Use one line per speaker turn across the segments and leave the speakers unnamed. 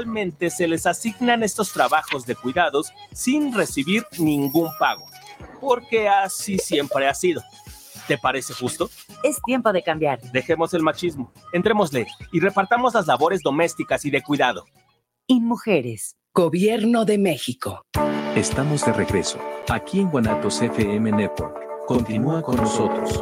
Realmente se les asignan estos trabajos de cuidados sin recibir ningún pago, porque así siempre ha sido. ¿Te parece justo?
Es tiempo de cambiar.
Dejemos el machismo, entrémosle y repartamos las labores domésticas y de cuidado.
Inmujeres.
Gobierno de México.
Estamos de regreso, aquí en Guanatos FM Network. Continúa con nosotros.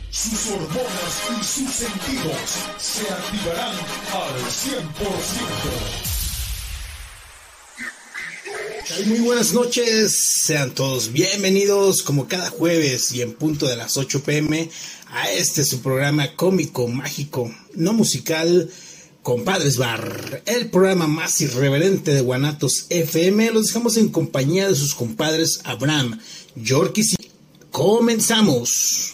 sus hormonas y sus sentidos se activarán al 100%.
Muy buenas noches, sean todos bienvenidos como cada jueves y en punto de las 8 pm a este su programa cómico, mágico, no musical, Compadres Bar, el programa más irreverente de Guanatos FM. Los dejamos en compañía de sus compadres Abraham, Yorkis y... Comenzamos.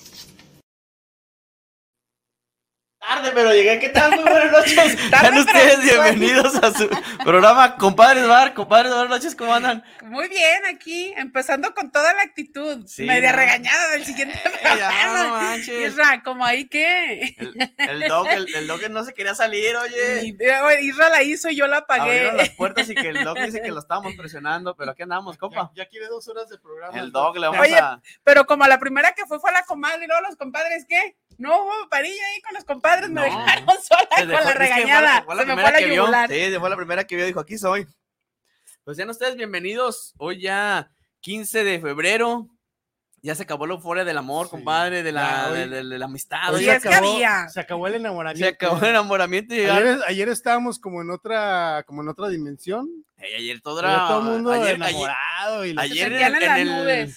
Tarde, pero llegué. ¿Qué tal? Muy buenas noches.
Sean ustedes bienvenidos a su programa Compadres Bar. Compadres, buenas noches, ¿cómo andan?
Muy bien, aquí, empezando con toda la actitud. Sí, media no. regañada del siguiente eh, programa. No manches. Isra, ¿cómo ahí qué?
El, el doc, el, el doc no se quería salir, oye.
Y, eh, bueno, Isra la hizo y yo la apagué.
Abrieron las puertas y que el doc dice que lo estábamos presionando, pero aquí andamos, copa.
Ya, ya quiere dos horas de programa.
El doc le vamos oye, a...
pero como a la primera que fue fue a la comadre y luego los compadres, ¿qué? No hubo parilla ahí con los compadres me no. dejaron sola dejó, con la regañada.
Fue la, fue la se me fue la que yugular. Vio, sí, fue la primera que vio, dijo, aquí soy. Pues sean ustedes bienvenidos. Hoy ya 15 de febrero. Ya se acabó la euforia del amor, sí. compadre, de la, de, de, de la amistad.
Hoy se, es acabó, que había.
se acabó el enamoramiento.
Se acabó el enamoramiento.
Y ayer, ayer, estábamos como en otra, como en otra dimensión.
Hey, ayer todo era.
todo el mundo ayer, enamorado.
Ayer, y ayer en, en, en, el,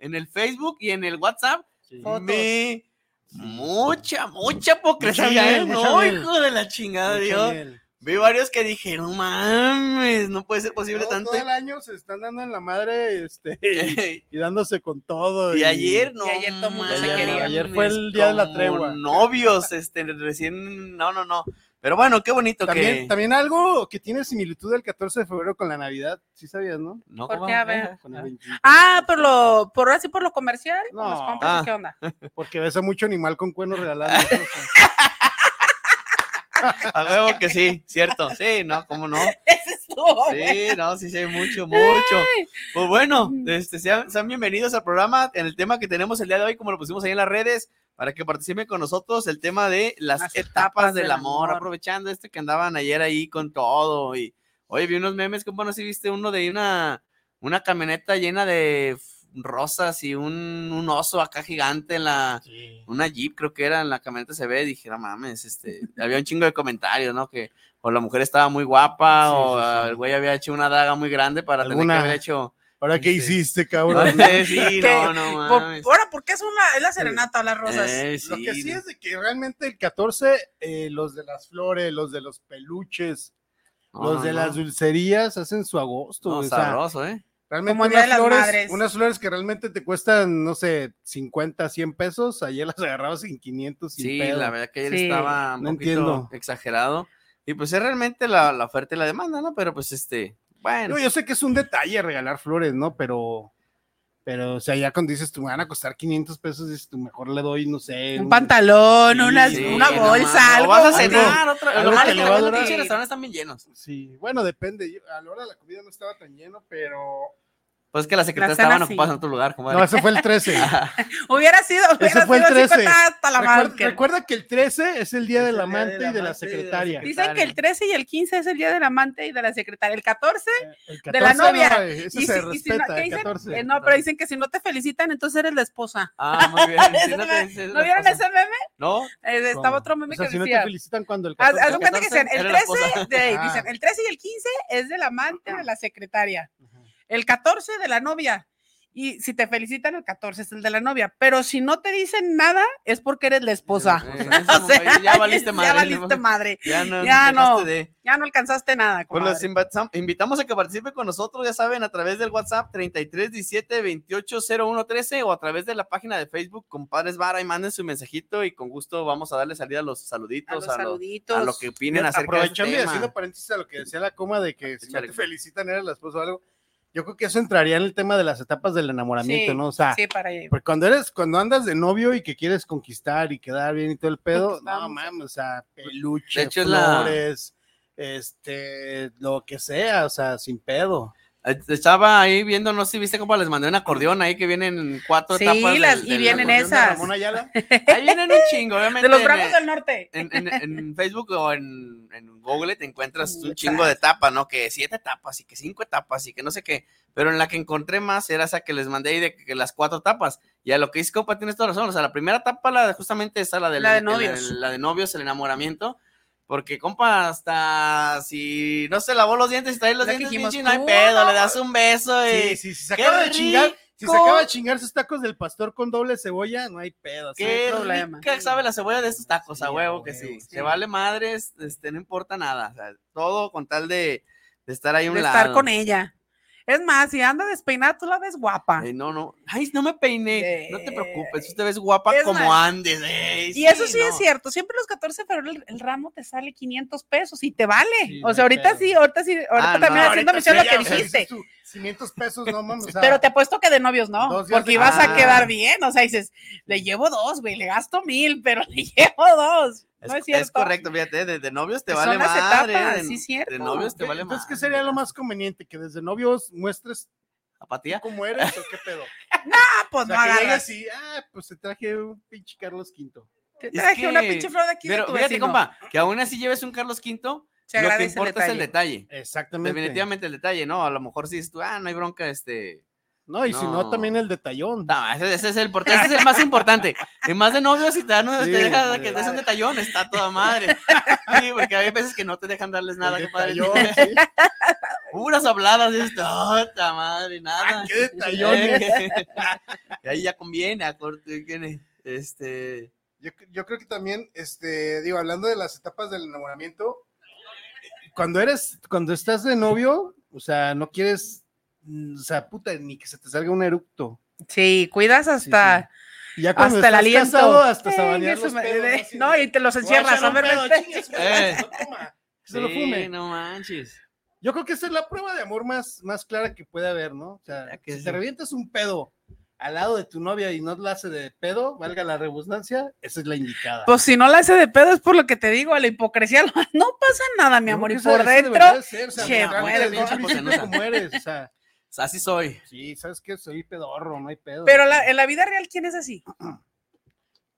en, el, Facebook y en el WhatsApp. Sí. Me, Mucha, mucha hipocresía, ¿eh? No, hijo de la chingada, Dios. Vi varios que dijeron, no mames, no puede ser posible
todo,
tanto.
Todo el año se están dando en la madre este, y dándose con todo.
Y, y ayer, no.
Y ayer todo mundo se quería.
Ayer fue el día de la tregua.
Novios, este, recién, no, no, no. Pero bueno, qué bonito
también,
que...
También algo que tiene similitud del 14 de febrero con la Navidad, ¿sí sabías, no?
No, ¿Por qué? A ver. Ah, por lo, por así por lo comercial, no. Con los compras, ah. ¿qué onda?
Porque ves a mucho animal con cuernos regalados.
a huevo que sí, cierto, sí, no, cómo no. Sí, no, sí, sí, mucho, mucho. Pues bueno, este, sean, sean bienvenidos al programa en el tema que tenemos el día de hoy, como lo pusimos ahí en las redes, para que participen con nosotros el tema de las, las etapas, etapas, del, del amor. amor, aprovechando este que andaban ayer ahí con todo y oye, vi unos memes, como no si viste uno de una una camioneta llena de rosas y un, un oso acá gigante en la sí. una Jeep creo que era en la camioneta se ve, dije, no mames, este, había un chingo de comentarios, ¿no? Que o la mujer estaba muy guapa sí, o sí, el güey había hecho una daga muy grande para ¿Alguna? tener que haber hecho
¿Ahora qué sí. hiciste, cabrón?
No, sí, no, no mames.
Ahora, ¿por qué es, una, es la serenata a las rosas?
Eh, sí, Lo que sí es de que realmente el 14, eh, los de las flores, los de los peluches, no, los de no. las dulcerías hacen su agosto.
O sea, sabroso, ¿eh?
Realmente unas, las flores, madres. unas flores que realmente te cuestan, no sé, 50, 100 pesos, ayer las agarrabas en 500, sin
Sí,
pedo.
la verdad que ayer sí. estaba un poquito entiendo. exagerado. Y pues es realmente la, la oferta y la demanda, ¿no? Pero pues este, bueno.
Yo, yo, sé que es un detalle regalar flores, ¿no? Pero, pero, o sea, ya cuando dices, tú me van a costar 500 pesos, dices, tú mejor le doy, no sé.
Un, un... pantalón, sí, una, sí, una bolsa, algo.
vas a cenar, algo, otro, algo, algo que le va a durar. Los restaurantes están bien llenos.
Sí, bueno, depende. Yo, a la hora de la comida no estaba tan lleno, pero...
Pues que la secretaria la estaban ocupadas sí. en otro lugar, comadre.
No, ese fue el 13.
hubiera sido, hubiera
ese fue el
sido
13.
hasta la
recuerda, recuerda, que el 13 es el día del amante, de amante y de la secretaria.
Dicen que el 13 y el 15 es el día del amante y de la secretaria. El 14, el 14 de la novia.
Eh, No, eso y se si, respeta, y si no, el 14.
Eh, no, pero dicen que si no te felicitan, entonces eres la esposa.
Ah, muy bien. Si
no, te, ¿No vieron ese meme?
No.
Eh, estaba otro meme o sea,
que si decía. no te felicitan cuando el 14.
Haz cuenta que dicen el
Ah.
13 y el 15 es del amante de la secretaria el 14 de la novia Y si te felicitan el 14 es el de la novia, pero si no te dicen nada es porque eres la esposa.
Eh, en ese
O sea,
momento ya valiste madre.
Ya valiste madre.
Ya no,
Ya no.
dejaste de-
Ya no alcanzaste nada.
Pues
comadre.
los invata- invitamos a que participe con nosotros, ya saben, a través del WhatsApp 33 17 28 01 13 o a través de la página de Facebook Compadres Vara y manden su mensajito y con gusto vamos a darle salida a los
a
saluditos,
los
a, lo,
saluditos.
a lo que opinen acerca de este
Aprovechando y haciendo
tema.
paréntesis a lo que decía la coma de que si no
Échale.
te felicitan eres la esposa o algo, yo creo que eso entraría en el tema de las etapas del enamoramiento,
Sí,
¿no? O sea,
Ah. Sí, para ahí.
porque cuando eres, cuando andas de novio y que quieres conquistar y quedar bien y todo el pedo, no
Conquistamos.
mames, o sea, peluche,
De hecho, es la-
flores, este, lo que sea, o sea, sin pedo.
Eh, Estaba ahí viendo, no sé si viste cómo les mandé un acordeón ahí que vienen cuatro
Sí,
etapas. del-
las- y
del
vienen
acordeón de
esas.
Ramón Ayala.
Ayala,
Ahí vienen un chingo, obviamente.
De los
en-
bravos del norte.
en, en- en Facebook o en, en Google te encuentras un chingo de etapas, ¿no? Que siete etapas y que cinco etapas y que no sé qué. Pero en la que encontré más era esa que les mandé ahí de que, que las cuatro etapas. Y a lo que dice Copa tienes toda razón. O sea, la primera etapa, la de- justamente esa, la de,
La de
el-
novios.
el- la de novios, el enamoramiento. Porque, compa, hasta si no se lavó los dientes y trae los
Lo que
dientes,
dijimos,
pinche, no hay
tú,
pedo,
no,
le das un beso y
sí, sí, si se
¡Qué
acaba de chingar, si se
rico!
acaba de chingar sus tacos del pastor con doble cebolla, no hay pedo. sí.
Qué
problema.
rica sabe la cebolla de estos tacos,
Sí,
a
a
huevo que sí.
huevo,
Se vale madres, este, no importa nada. o sea, todo con tal de, de estar ahí a un
de
lado.
estar con ella. Es más, si anda despeinada, tú la ves guapa.
Eh,
Ey, no, no. Ay, no me peiné. No te
Ey.
preocupes, tú te ves guapa
Es
como
más,
andes. ey,
Y eso sí
no.
es cierto, siempre los 14 de febrero el, el ramo te sale 500 pesos y te vale.
Sí,
o sea,
no
ahorita
hay
sí, ahorita sí, ahorita
Ah, no,
también haciendo
ahorita
misión lo
sí,
que
ya, o sea,
dijiste.
dices tú, 500 pesos, no mames. o sea,
Pero te apuesto que de novios no,
dos días
porque
de
ibas a
Ah.
quedar bien. O sea, dices, le llevo dos, güey, le gasto mil, pero le llevo dos.
Es,
No es
es
cierto.
correcto, fíjate, de, de novios te
Son
vale
las
madre.
etapas,
de,
sí, cierto.
de novios te Este vale
Entonces,
madre.
¿qué sería lo más conveniente? Que desde novios muestres
Apatía.
cómo eres o qué pedo.
Ah, pues
O
no
sea, que
agarras.
llegas y, ah, pues te traje un pinche Carlos V.
Te
Es
traje una
que-
pinche flor de aquí
Pero
de tu
fíjate,
vecino.
compa, que aún así lleves un Carlos V,
Se
lo que
agradece el
importa es el
detalle.
detalle.
Exactamente.
Definitivamente el detalle, ¿no? A lo mejor si dices tú, ah, no hay bronca, este.
No, y si no,
No.
también el detallón.
No, ese, ese es el por- ese es el más importante. El más de novios y te dan un-
Sí,
te deja
sí.
que te des un detallón, está toda madre. Sí, porque hay veces que no te dejan darles nada,
el
compadre.
detallón, sí.
Puras habladas, y esto, ta madre, nada.
Ah, qué
Eh.
detallones.
Y ahí ya conviene, acorde, ¿quién es? este.
Yo, cre- yo creo que también, este, digo, hablando de las etapas del enamoramiento, cuando eres, cuando estás de novio, o sea, no quieres, mm, o sea, puta, ni que se te salga un eructo.
Sí, cuidas hasta,
Y Ya cuando
hasta el
Ah, pues, estás
aliento.
casado, hasta
Ey,
sabanear
eso
los
me-
pedos,
de-
así
no,
de,
y te los
"Voy a
encierras.
echar
A
un
ver,
pedo,
vente.
chingue su madre,
Eh.
no toma, que se lo
sí,
fume.
no manches.
Yo creo que esa es la prueba de amor más, más clara que puede haber, ¿no? O sea,
Ya que
si
sí.
te revientas un pedo al lado de tu novia y no la hace de pedo, valga la redundancia, esa es la indicada.
Pues si no la hace de pedo es por lo que te digo, a la hipocresía lo- no pasa nada, mi
Yo
amor.
creo
Y
que esa-
por
esa
dentro,
debería de ser, o sea,
che,
mostrarte
muere,
desde un
pinche
principio
posenuda.
como eres, o sea,
Así soy.
sí, sabes que soy pedorro, no hay pedo.
pero la- en la vida real, ¿quién es así?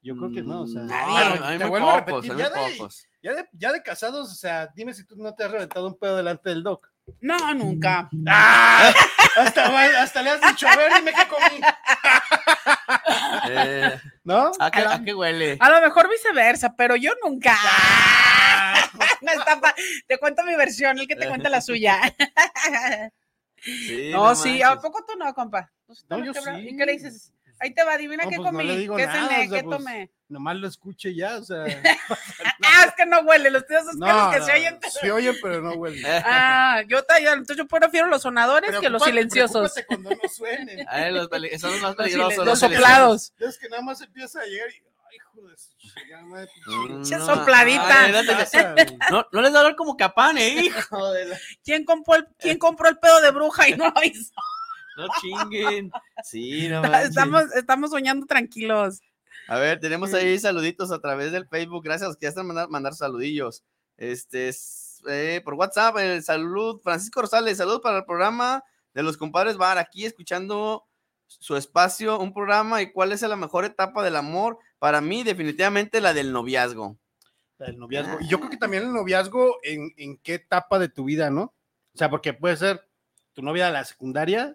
Yo creo que no, o sea.
Mm,
Nadie.
no, hay
Te
muy
vuelvo a
pocos,
repetir,
hay
ya
muy
de-
pocos.
Ya de, ya de casados, o sea, dime si tú no te has reventado un pedo delante del doc.
No, nunca.
Ah.
Hasta, hasta le has dicho, a ver, dime qué comí.
Eh,
¿No?
¿a, qué, a qué huele?
Ah,
A lo mejor viceversa, pero yo nunca. No está pa- te cuento mi versión, el que te cuenta la suya.
Sí,
No, sí, ¿a
manches.
poco tú no, compa? Tú sí te
No,
lo
yo
quebra-
sí.
¿Y qué le dices? Ahí te va, adivina
No,
qué
pues, no
comí,
le digo
qué
nada,
cené,
o sea,
qué
pues,
tomé.
Nomás lo escuche ya, o sea.
Ah, es que no huele, los tíos son los que se oyen. pero-
se oyen, pero no
Eh.
huelen.
Ah, yo, ta- yo- entonces yo prefiero los sonadores que los
Preocúpate-
silenciosos.
preocúpate cuando no suenen.
Ay, los peli- son los más
Los,
peligrosos.
silen- los
silenciosos.
soplados.
Es que nada más empieza a llegar y, ay, hijo de su chingada madre, pinche
Mm,
Che,
no, Ah,
sopladita.
ay, date-
raza, güey.
No, no les da olor como capán, eh, hijo.
¿Quién compró, el,
Eh.
¿Quién compró el pedo de bruja y no lo hizo?
No chinguen. Sí, no manches.
Estamos, estamos soñando tranquilos.
A ver, tenemos ahí saluditos a través del Facebook. Gracias a los que ya están mandando mandar saludillos. Este, es, eh, por WhatsApp, el salud. Francisco Rosales, saludos para el programa de los compadres Bar. Aquí escuchando su espacio, un programa y cuál es la mejor etapa del amor. Para mí, definitivamente la del noviazgo.
La del noviazgo. Y yo creo que también el noviazgo en, en qué etapa de tu vida, ¿no? O sea, porque puede ser tu novia de la secundaria,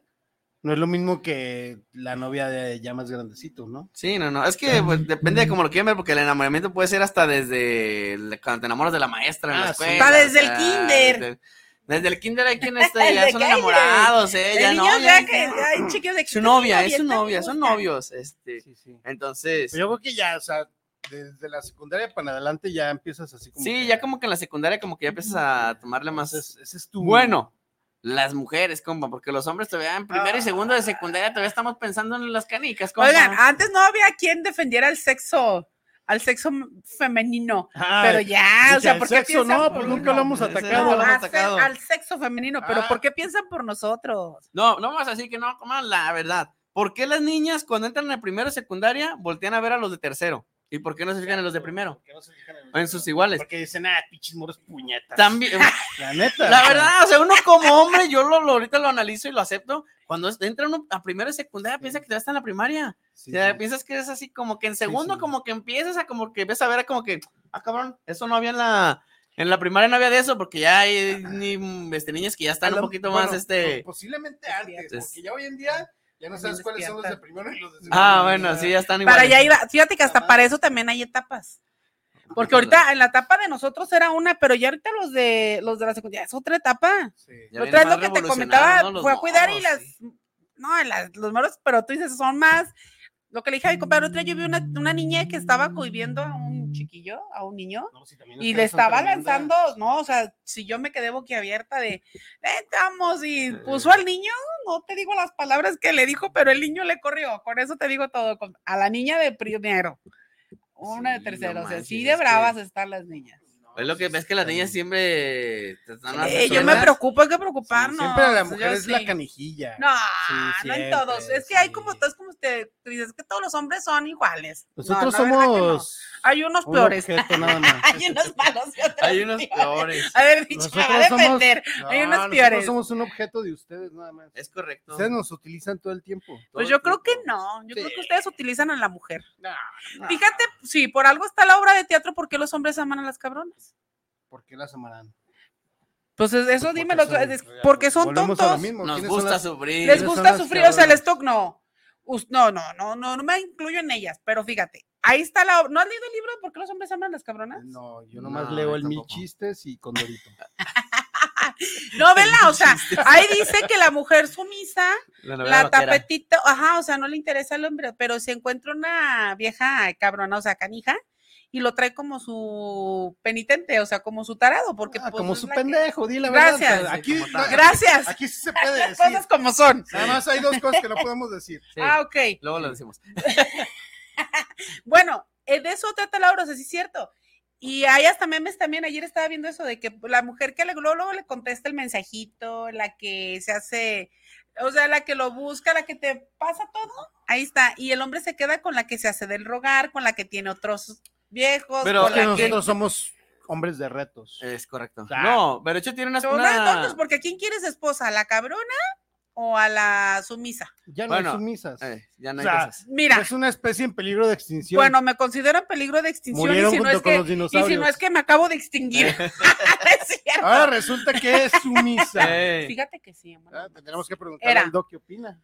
no es lo mismo que la novia de ya más grandecito, ¿no?
Sí, no, no. Es que pues, depende de cómo lo quieran ver, porque el enamoramiento puede ser hasta desde el- cuando te enamoras de la maestra en
Ah,
la
sí.
escuela.
Hasta desde el
o sea,
kinder.
desde- Desde el kinder hay quienes este, ya
Desde
son
que hay,
enamorados, eh,
El
ya
niño
no.
ya
ya-
que hay chiquillos de
Su
"Tú
novia,
me
es su
avientas,
novia,
me
son
gusta".
novios. Este,
Sí, sí.
entonces,
Yo creo que ya, o sea, desde la secundaria para adelante ya empiezas así como.
sí,
que-
ya como que en la secundaria como que ya empiezas a tomarle más.
Ese es, ese es tu.
Bueno, las mujeres, compa, porque los hombres todavía en primero
Ah.
y segundo de secundaria todavía estamos pensando en las canicas, compa.
Oigan, antes no había quien defendiera el sexo, al sexo femenino.
Ah,
pero ya, o
dice,
sea,
el
¿por qué
sexo
piensan
no,
por
pues nunca lo hemos
Ese no.
atacado.
hemos
Ah, se-
atacado.
al sexo femenino, pero
Ah.
¿por qué piensan por nosotros?
No, no más así que no, como la verdad. ¿Por qué las niñas cuando entran en primero y secundaria voltean a ver a los de tercero? ¿Y por qué no se fijan en los de primero?
¿Por qué no se fijan
O en sus iguales.
Porque dicen, ah, pinches moros puñetas.
También,
La neta.
la verdad, o sea, uno como hombre, yo lo, lo- ahorita lo analizo y lo acepto. Cuando es- entra uno a primero y secundaria, piensa que ya está en la primaria.
Sí,
o sea,
sí.
piensas que es así como que en segundo,
sí.
como que empiezas a como que ves a ver, como que, ah, cabrón, eso no había en la, en la primaria, no había de eso, porque ya hay ni, mm, este, niñas que ya están
A
un
lo-
poquito
bueno,
más, este.
po- Posiblemente antes,
despiertas.
porque ya hoy en día ya no
También
sabes cuáles son los de
despiertan.
primero y los de segundo.
Ah, bueno, sí, ya están
Para
iguales.
allá iba, fíjate que hasta para eso también hay etapas.
Ah,
Porque ahorita en la etapa de nosotros era una, pero ya ahorita los de los de la secundaria es otra etapa.
Sí.
Ya
Lo
vienen
otra es lo
más
que te
revolucionados,
comentaba,
¿no? Los
fue a cuidar y
morros,
las,
sí.
no, las- los moros, pero tú dices, son más, lo que le dije a mi compadre, otra vez yo vi una, una niña que estaba cohibiendo a un chiquillo, a un niño,
No, sí, también
y
ustedes
le
son
estaba
tremenda.
lanzando, no, o sea, si yo me quedé boquiabierta de, "Ven, vamos, y puso al niño, no te digo las palabras que le dijo, pero el niño le corrió, con eso te digo todo, con- a la niña de primero, una
Sí,
de
no
tercero, o sea,
manches,
sí
es
de
que-
bravas están las niñas.
Es lo que ves que las niñas siempre te están
Eh, Este, mm. yo me
asesorando.
preocupo, hay que
Sí,
preocuparnos.
Siempre la
yo
mujer es la
sí.
canijilla.
No,
Sí,
no en
siempre,
todos. Es que hay como,
sí.
es como usted dices que todos los hombres son iguales. No,
Nosotros
la verdad que no.
somos
Hay unos
un
peores.
objeto nada más.
Hay unos malos y otros
Hay unos peores.
A ver, dicho, me
Nosotros
va a defender.
somos-
Hay
No,
unos
nosotros
peores.
somos un objeto de ustedes nada más.
Es correcto.
Ustedes nos utilizan todo el tiempo.
Pues
todo
yo
el
creo que
tiempo.
no. Yo creo
Sí.
que ustedes utilizan a la mujer.
No, no.
Fíjate, sí, por algo está la obra de teatro, ¿por qué los hombres aman a las cabronas?
¿Por qué las amarán?
Pues es- eso
Porque
dímelo.
son-
es- porque son
Volvemos a lo
tontos.
mismo,
Nos
¿quiénes son
gusta
las-
sufrir.
les
son
gusta
las
sufrir, o sea,
cabronas?
les toca, no. Us- No, no, no, no, no me incluyo en ellas, pero fíjate, ahí está la ob- ¿No has leído el libro de por qué los hombres aman a las cabronas?
No, yo nomás
No,
leo
yo
el mil
tampoco.
chistes y condorito.
No, vela, o sea, ahí dice que la mujer sumisa,
novela
la
vaquera.
tapetita, ajá, o sea, no le interesa al hombre, pero se encuentra una vieja cabrona, o sea, canija, y lo trae como su penitente, o sea, como su tarado, porque
Ah,
pues,
como
es
su
la que-
pendejo, di la
Gracias.
verdad. Aquí,
Sí, como tal.
Gracias.
aquí sí se puede
Las
decir.
cosas como son.
Nada más hay dos cosas que no podemos decir.
Sí,
Ah, ok.
Luego lo decimos.
Bueno, eh, de eso trata la obra, o sea, sí es cierto. Y hay hasta memes también, ayer estaba viendo eso de que la mujer que le, luego, luego le contesta el mensajito, la que se hace, o sea, la que lo busca, la que te pasa todo, ahí está. Y el hombre se queda con la que se hace del rogar, con la que tiene otros viejos,
Pero
con
Es que
la que...
nosotros somos hombres de retos.
Es correcto.
Ah.
No, pero de hecho tiene unas.
Pero no de
una-
tontos, porque ¿a quién quieres esposa? ¿A la cabrona o a la sumisa?
Ya no
bueno,
hay sumisas.
Eh, ya no
O
hay
sea,
cosas.
Mira,
Es una especie en peligro de extinción.
bueno, me considero en peligro de extinción y
Murieron
si, no
junto
es
con
que,
los
y
dinosaurios. Ah,
si no es que me acabo de extinguir. Es cierto.
Ahora resulta que es sumisa.
Eh,
Fíjate que sí, amor.
Ah, Tendremos que preguntarle
Era.
al Doc qué opina.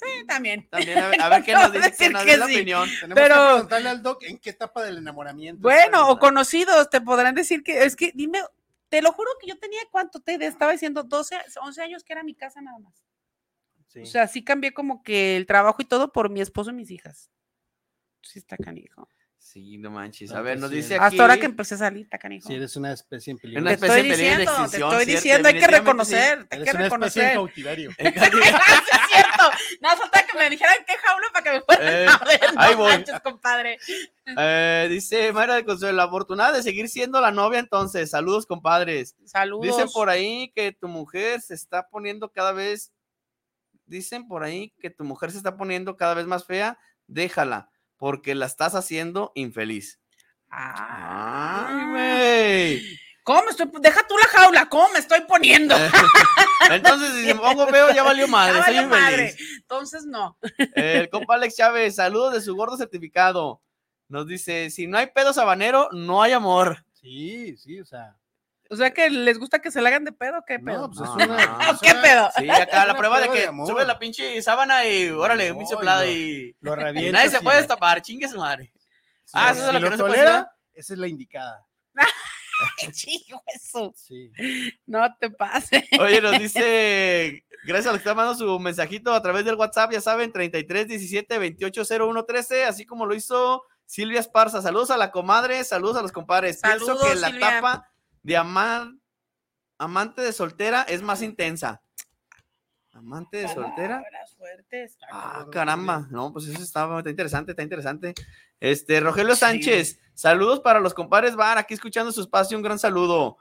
Sí, también.
También a ver, a ver qué nos
Acabo de
dice, qué
decir
nos
que
dé la
sí.
opinión.
Tenemos
Pero-
que preguntarle al Doc en qué etapa del enamoramiento.
Bueno,
está.
o conocidos te podrán decir que es que dime, te lo juro que yo tenía cuánto te estaba diciendo 12, 11 años que era mi casa nada más.
Sí.
O sea, sí cambié como que el trabajo y todo por mi esposo y mis hijas. Sí está canijo.
Sí, no manches. A
No,
ver,
pues
nos
sí,
dice
¿no?
aquí.
Hasta ahora que empecé a salir está canijo.
Si eres una especie en peligro.
Una
te
especie
estoy
en peligro de
diciendo,
extinción,
te estoy
cierto,
diciendo, hay que
definitivamente sí.
reconocer, hay
Eres
que
una especie en
reconocer.
cautiverio.
Sí, es cierto. Nada más falta que me dijeran qué jaula para que me fueran
Eh,
a ver. No
ahí voy.
manches, compadre.
Eh, dice Mayra del Consuelo, afortunada de seguir siendo la novia entonces. Saludos, compadres.
Saludos.
Dicen por ahí que tu mujer se está poniendo cada vez. Dicen por ahí que tu mujer se está poniendo cada vez más fea. Déjala, porque la estás haciendo infeliz.
Ah.
¡Ay, güey!
¿Cómo me estoy? Deja tú la jaula, ¿cómo me estoy poniendo?
Eh,
Entonces, si me pongo feo, ya valió madre.
Ya
soy
valió madre.
infeliz.
Entonces no.
El compa Alex Chávez, saludos de su gordo certificado. Nos dice: si no hay pedo sabanero, no hay amor.
Sí, sí, o sea.
O sea que les gusta que se le hagan de pedo, ¿qué
No,
pedo?
pues
No,
es una.
no.
o
¿Qué
sea,
pedo?
Sí, acá la
Una
prueba de
prueba
que
de amor.
sube la pinche sábana y órale,
No,
pinche plada
y
y.
Lo
y
revienta.
nadie se puede
estar
destapar, chingue su madre.
Sí,
Ah,
si
eso es lo que no se puede
tolera,
hacer.
Esa es la indicada.
Chico, eso.
Sí.
No te pases.
Oye, nos dice, gracias a los que están mandando su mensajito a través del WhatsApp, ya saben, 33 17 28 01 13, así como lo hizo Silvia Esparza. Saludos a la comadre, saludos a los compadres. Pienso
Saludos,
que la
Silvia.
etapa de amar, amante de soltera es más intensa. ¿Amante de soltera?
Palabras fuertes.
Ah, caramba. No, pues eso está, está interesante, está interesante. Este, Rogelio Sánchez, saludos para los compadres Bar, aquí escuchando su espacio, un gran saludo.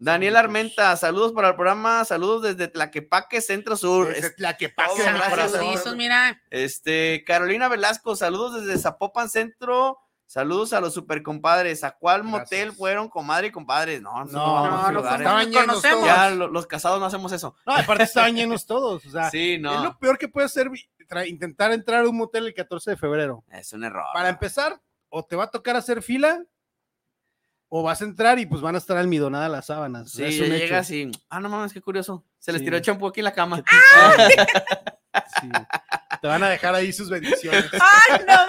Daniel Armenta, saludos para el programa, saludos desde Tlaquepaque, Centro Sur.
Esa
Es-
es la que pasa.
Todo,
mi
gracias,
corazón.
Saluditos, mira.
Este, Carolina Velasco, saludos desde Zapopan Centro, saludos a los supercompadres. ¿A cuál motel
Gracias.
fueron comadre y compadres? No, no,
No,
no, no,
no, los
lugares.
estaban
Ni
llenos
conocemos.
todos.
¿eh? Ya lo- los casados no hacemos eso.
No, aparte estaban llenos todos. O sea,
Sí,
es
no.
lo peor que puede hacer tra- intentar entrar a un motel el 14 de febrero.
Es un error.
Para empezar, o te va a tocar hacer fila, o vas a entrar y pues van a estar almidonadas las sábanas. O
Sí,
sea, es
ya
un hecho.
llega así. Ah, no mames, qué curioso. Se les
Sí.
tiró el champú aquí en la cama.
Sí. Te van a dejar ahí sus bendiciones.
¡Ay, no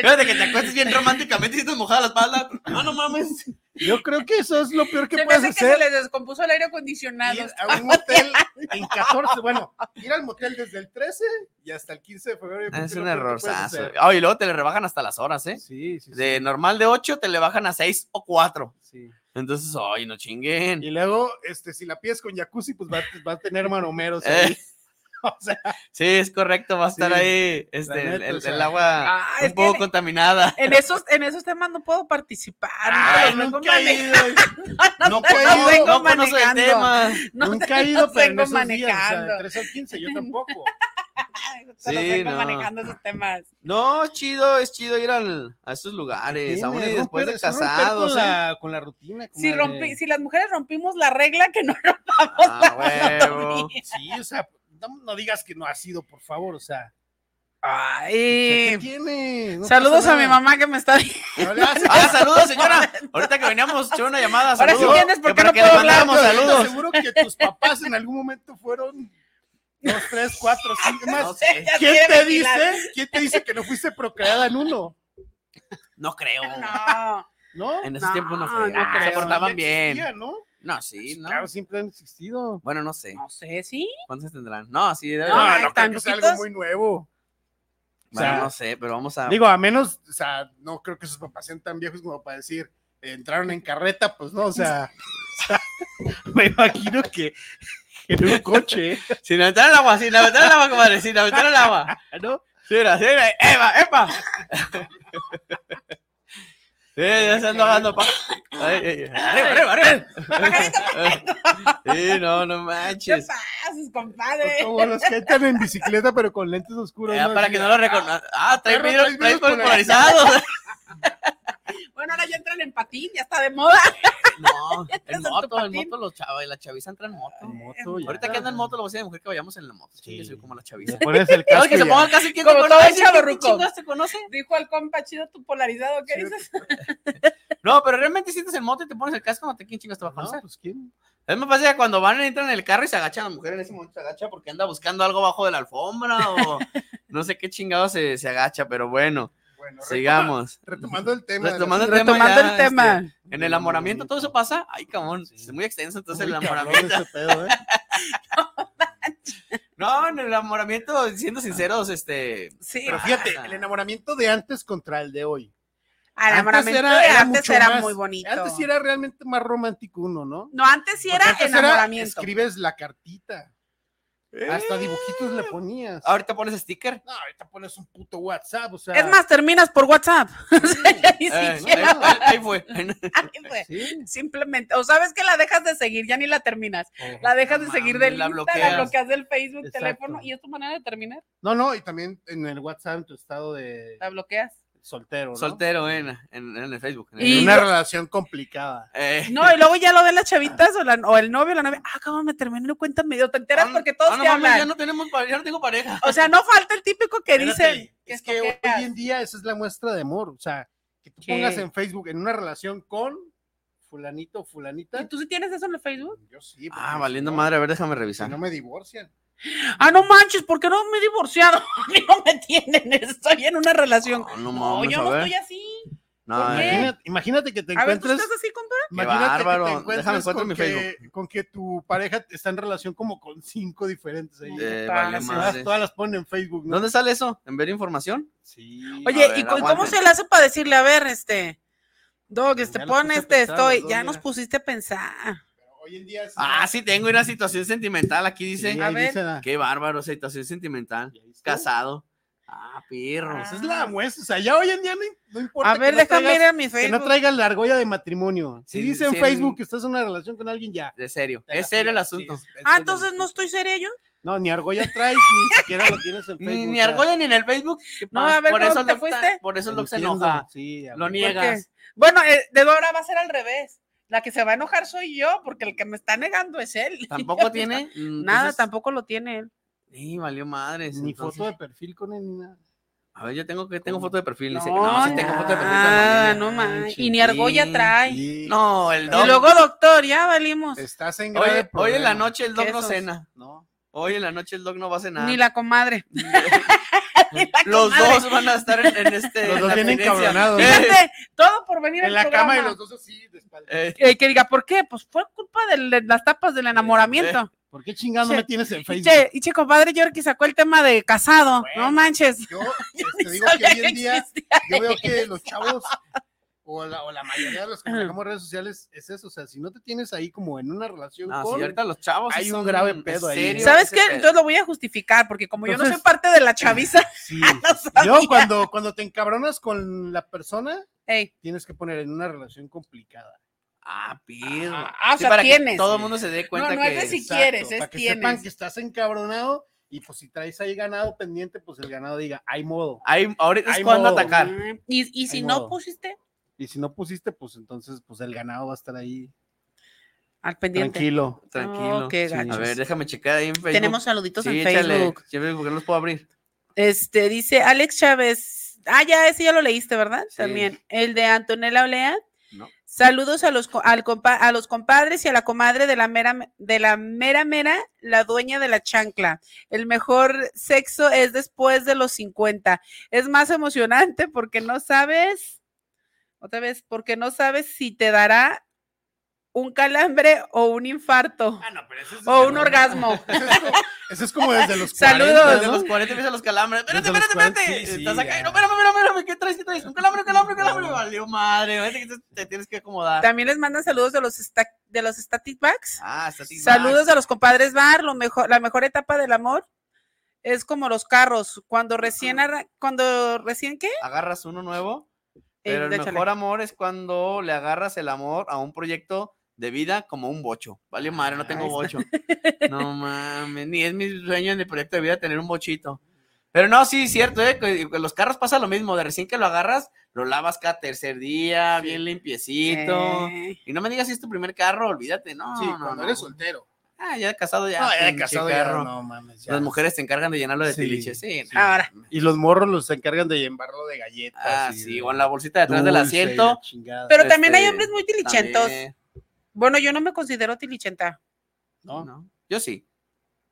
Fíjate que te acuestas bien románticamente y estás mojada la espalda. Ah, no mames.
Yo creo que eso es lo peor que
Se me
puedes
hace que se
hacer.
les descompuso el aire acondicionado.
Ir a un motel en 14, bueno, ir al motel desde el 13 y hasta el 15 de febrero. yo creo que
Ah, Es
lo
un
peor que
error.
puedes hacer.
Oye, Ah, y luego te le rebajan hasta las horas, ¿eh?
Sí, sí, sí,
De normal de 8 te le bajan a 6 o 4.
sí.
Entonces, ay, no chinguen.
Y luego, este, si la pides con jacuzzi, pues va, va a tener manomeros.
Eh.
ahí. O sea,
Sí, es correcto, va a estar
Sí,
ahí este,
la neta,
el, el-
o sea.
el agua
Ah,
un
es que
poco
en,
contaminada.
en esos, en esos temas no puedo participar.
Ay,
no, los vengo
nunca he
mane-
ido. No
te-
he ido,
vengo
no conozco el
manejando.
tema.
no te-
Nunca he
los
ido, pero en
vengo
esos días, o sea,
manejando.
de 13 al 15, yo tampoco.
Ay, te los
Sí,
vengo
no.
manejando esos temas.
No, es chido, es chido ir al- a esos lugares, Pues, aún y
Tiene,
después de
romper- es romper
casados.
Con,
¿eh?
la, con la rutina.
Si,
comadre.
rompi- si las mujeres rompimos la regla que no
Ah, huevo.
Sí, o sea, no, no digas que no ha sido, por favor, o sea. ¿qué
Ay.
tiene? No
Saludos
pasa
a mi
nada.
mamá que me está viendo.
No le hace-
Ah, saludos, señora. Ahorita que veníamos, echó una llamada.
Ahora sí
saludos.
entiendes por
Que
qué
para
no
que
puedo
le
hablar.
mandamos saludos.
Seguro que tus papás en algún momento fueron dos, tres, cuatro, cinco más.
No sé,
Ya
¿Quién
quiere
te
ventilar.
dice? ¿Quién te dice que no fuiste procreada en uno?
no creo.
No.
¿No?
En esos
No,
tiempos no
no
creo. Ah,
creo.
se portaban
Ya
bien.
existía, ¿no? Pues,
No, sí, no.
Claro, siempre han existido.
Bueno, no sé.
No sé, ¿sí?
¿Cuántos tendrán? No, sí, debe
No,
haber.
ay, tan
que sea algo
poquitos.
muy nuevo.
Bueno,
o sea,
no sé, pero vamos a.
Digo, a menos, o sea, no creo que sus papás sean tan viejos como para decir, entraron en carreta, pues no, o sea, o sea, me imagino que en un coche,
Sin aventar el agua, sin aventar el agua, compadre, sin aventar el agua.
¿no?
Sí, era, sí, era. ¡Epa, epa! Sí, ya se anda dando pa. Ay, ay, ay. Arriba, arriba, arriba.
Pajarito,
Sí, no, no
¿Qué
manches.
pases, compadre?
Como los que entran en bicicleta, pero con lentes oscuros.
Ya, Eh, para
Así
que
de,
no lo reconozcan. Ah, trae
perro,
vidrio,
traes
trae
vidrios
polarizado.
Bueno, ahora ya entran en patín, ya está de moda.
No, en
en tu
moto, en
patín.
moto los chavos, la chaviza entra en moto.
Moto, ya.
Ahorita que anda en moto, lo voy a decir de mujer que vayamos en la moto. Sí, soy como la chaviza.
Pones el casco
Ay, que se
y
ponga casi que
Como todo chavorruco.
se conoce.
Dijo el compa chido tu polarizado, ¿qué dices?
No, pero realmente sientes el moto y te pones el casco, no te quién chingas te va a
ya.
conocer.
No, pues, ¿quién?
Es más fácil que cuando van entran en el carro y se agacha la mujer en ese momento se agacha porque anda buscando algo bajo de la alfombra o no sé qué chingado se, se agacha, pero bueno,
Bueno, retoma-
sigamos.
Retomando el tema. de la-
Retomando el tema.
Retomando
ya,
el tema.
este, en el enamoramiento todo eso pasa. Ay, cabrón, es muy extenso entonces el
Uy, cabrón,
enamoramiento.
ese pedo, ¿eh?
No, en el enamoramiento, siendo sinceros, este.
Sí,
Pero fíjate, el enamoramiento de antes contra el de hoy.
al enamoramiento
era-
de
era
eh, antes
mucho
era,
más-
muy bonito.
Antes sí era realmente más romántico uno, ¿no?
No, antes sí era
Porque antes
enamoramiento.
escribes la cartita. Hasta dibujitos le ponías.
Ahorita pones sticker.
no, ahorita pones un puto WhatsApp, o sea.
es más, terminas por WhatsApp. O sea, ya ni
Eh,
siquiera-
ahí- ahí- ahí fue.
Ay, güey.
Sí.
Simplemente, o sabes que la dejas de seguir, ya ni la terminas.
Eh,
La dejas
no
de seguir
mames,
del
la
Insta,
bloqueas.
la bloqueas del Facebook,
Exacto.
teléfono, y es tu manera de terminar.
No, no, y también en el WhatsApp, en tu estado de
La bloqueas.
soltero, ¿no?
Soltero en, en, en el Facebook. en el-
Y-
Una
yo-
relación complicada.
Eh,
No, y luego ya lo ven las chavitas o, la- o el novio, la novia. Ah, cabrón, me terminé, no cuenta medio. Te enteras
ah,
porque todos
ah, no
te
mames,
hablan.
Ya no, tenemos, pare- ya no tengo pareja.
O sea, no falta el típico que dice.
Espérate, es que hoy
estoqueas.
en día esa es la muestra de amor, o sea, que tú
¿Qué?
pongas en Facebook en una relación con fulanito o fulanita.
¿Y tú sí tienes eso en el Facebook?
Yo sí. porque
Ah,
si
valiendo
no,
madre, a ver, déjame
Si
revisar.
no me divorcian.
Ah, no manches, porque no me he divorciado. A mí no me tienen, estoy en una relación.
Ah, no
No,
mames,
yo
a
no
ver.
estoy así.
No,
¿Por qué?
eh,
Imagínate, Pues imagínate que te
A ver, ¿tú
encuentres.
estás así, compa?
imagínate
bárbaro.
que te
Déjame
encuentres
encuentro
con,
mi
que,
Facebook.
con que tu pareja está en relación como con cinco diferentes ahí.
eh,
Ah,
vale
sí,
Todas-
madre.
Todas las ponen en Facebook. ¿no?
¿Dónde sale eso? ¿En ver información?
Sí.
Oye,
A ver,
¿y cu- cómo
aguanten.
se le hace para decirle, a ver, este, Dog,
Ya
este,
nos
pon
puse a
este,
pensar los
estoy,
dos,
ya
mira.
nos pusiste a pensar.
Hoy en día. sí.
Ah, sí, tengo una situación sentimental. Aquí
Sí,
dice.
ahí
A ver.
dice la-
Qué bárbaro, esa situación sentimental. Casado. Ah, perros.
Esa es
Ah.
la muestra. O sea, ya hoy en día no, no importa.
A
que
ver,
no
déjame
traigas-
ir a mi
Que
Facebook.
no traigan la argolla de matrimonio. Si
Sí,
dice en
sí,
Facebook
en-
que estás en una relación con alguien, ya.
De serio. Es serio el asunto.
Sí, es- es
Ah,
serio.
entonces no estoy seria yo.
No, ni argolla traes, ni siquiera lo tienes en Facebook.
Ni, ni
o sea,
argolla ni en el Facebook. ¿Qué
No,
pasa?
a ver,
por
¿cómo
eso
te
Lux está-
fuiste?
Por eso
lo
Lux se
entiendo.
enoja.
Sí, a
Lo
ver.
niegas.
Bueno, eh, de ahora va a ser al revés. La que se va a enojar soy yo, porque el que me está negando es él.
Tampoco tiene. mm,
Nada,
entonces-
tampoco lo tiene él.
Sí, valió madres.
Ni
entonces.
foto de perfil con él, ni nada.
A ver, yo tengo que tengo
¿Cómo?
foto de perfil. dice.
No,
No, sí tengo foto de perfil. pero no
Ah,
tiene.
no más. Y
Sí.
ni argolla trae.
Sí.
No, el
Y
dog.
luego, doctor, ya valimos.
Estás en grave
Oye, hoy en la
problema.
noche el dog no
Quesos.
cena.
No.
Hoy en la noche el dog no va a cenar.
Ni la comadre. Ni la
Los
comadre.
dos van a estar en, en este.
Los
en
dos
la
vienen
tenencia.
cabronados.
Eh,
Fíjate, todo por venir
En
al
la cama y
programa.
los dos así de espalda.
eh,
Eh, que diga, ¿por qué? Pues fue culpa del- de las tapas del enamoramiento.
¿Por qué chingado no
Che,
me tienes en
Y
Facebook?
che, y che, compadre Yorkie sacó el tema de casado.
Bueno,
no manches.
Yo
Ni
te digo que
sabía
hoy en día
existía
yo veo que
eso.
los chavos o la, o la mayoría de los que manejamos redes sociales es eso, o sea, si no te tienes ahí como en una relación
Ah,
no,
con
sí, ahorita los chavos. sí
Hay un
son
grave pedo ahí.
serios,
¿Sabes
ese
qué?
pedo.
Entonces lo voy a justificar, porque como yo no soy
Entonces-
parte de la chaviza,
Sí.
Ah, no sabía.
Yo cuando cuando te encabronas con la persona
Ey,
tienes que poner en una relación complicada.
Ah, pirro.
Ah, ah, o
Sí,
sea,
para que
tienes.
todo el mundo se dé cuenta
no
que.
es de si
Exacto,
quieres, es
para que
tienes.
sepan que estás encabronado y pues si traes ahí ganado pendiente, pues el ganado diga, "Hay modo."
Hay- ahorita es
Hay
cuando
modo.
atacar.
mm, Y, y si
Hay
no
modo.
pusiste
Y si no pusiste, pues entonces pues el ganado va a estar ahí
al pendiente.
tranquilo.
Tranquilo.
Oh, qué
Sí.
gachos.
A ver, déjame checar ahí en Facebook.
Tenemos saluditos
Sí,
en
échale.
Facebook.
Sí, porque no los puedo abrir.
Este dice Alex Chávez. Ah, ya, ese ya lo leíste, ¿verdad?
Sí.
También. El de Antonella Olea.
No.
Saludos a los, co- al compa- a los compadres y a la comadre de la mera de la mera mera, la dueña de la chancla. El mejor sexo es después de los 50. Es más emocionante porque no sabes, otra vez, porque no sabes si te dará un calambre o un infarto
Ah, no, pero ese es.
o un orgasmo.
Eso es, como, eso es como desde los
Saludos.
40,
Desde
¿no?
los 40 empiezan los calambres. Espérate,
Desde los
espérate, espérate.
40, sí,
Estás
sí,
acá.
ya.
No, espérame, espérame, espérame. ¿Qué traes? ¿Qué traes? Un calambre, un calambre, un calambre. Valió madre. Vete que te, te tienes que acomodar.
También les mandan saludos de los sta- de los static backs.
Ah, está así.
Saludos a los compadres Bar, lo mejor, la mejor etapa del amor es como los carros, cuando recién, arra- cuando recién, ¿qué?
Agarras uno nuevo.
Eh,
Pero el
déjale.
mejor amor es cuando le agarras el amor a un proyecto de vida como un bocho. Vale, madre, no tengo
Ahí
bocho. No mames, ni es mi sueño ni proyecto de vida tener un bochito. Pero no, sí, cierto, ¿eh? que- que los carros pasa lo mismo. De recién que lo agarras, lo lavas cada tercer día, bien limpiecito.
Eh,
Y no me digas si es tu primer carro, olvídate, no.
Sí,
no,
cuando
no.
eres soltero.
Ah, ya casado Ah, ya.
No, ya de
pinche
casado ya,
carro.
no mames, ya.
Las mujeres se encargan de llenarlo de
Sí,
tiliches, sí.
sí.
no.
Ahora,
Y los morros los encargan de llenarlo de galletas.
Ah,
y
sí,
de
o en la bolsita detrás del
dulce y la
asiento.
chingada,
pero también hay
Este,
hombres muy tilichentos.
también,
Bueno, yo no me considero tilichenta.
¿no?
¿no? Yo sí.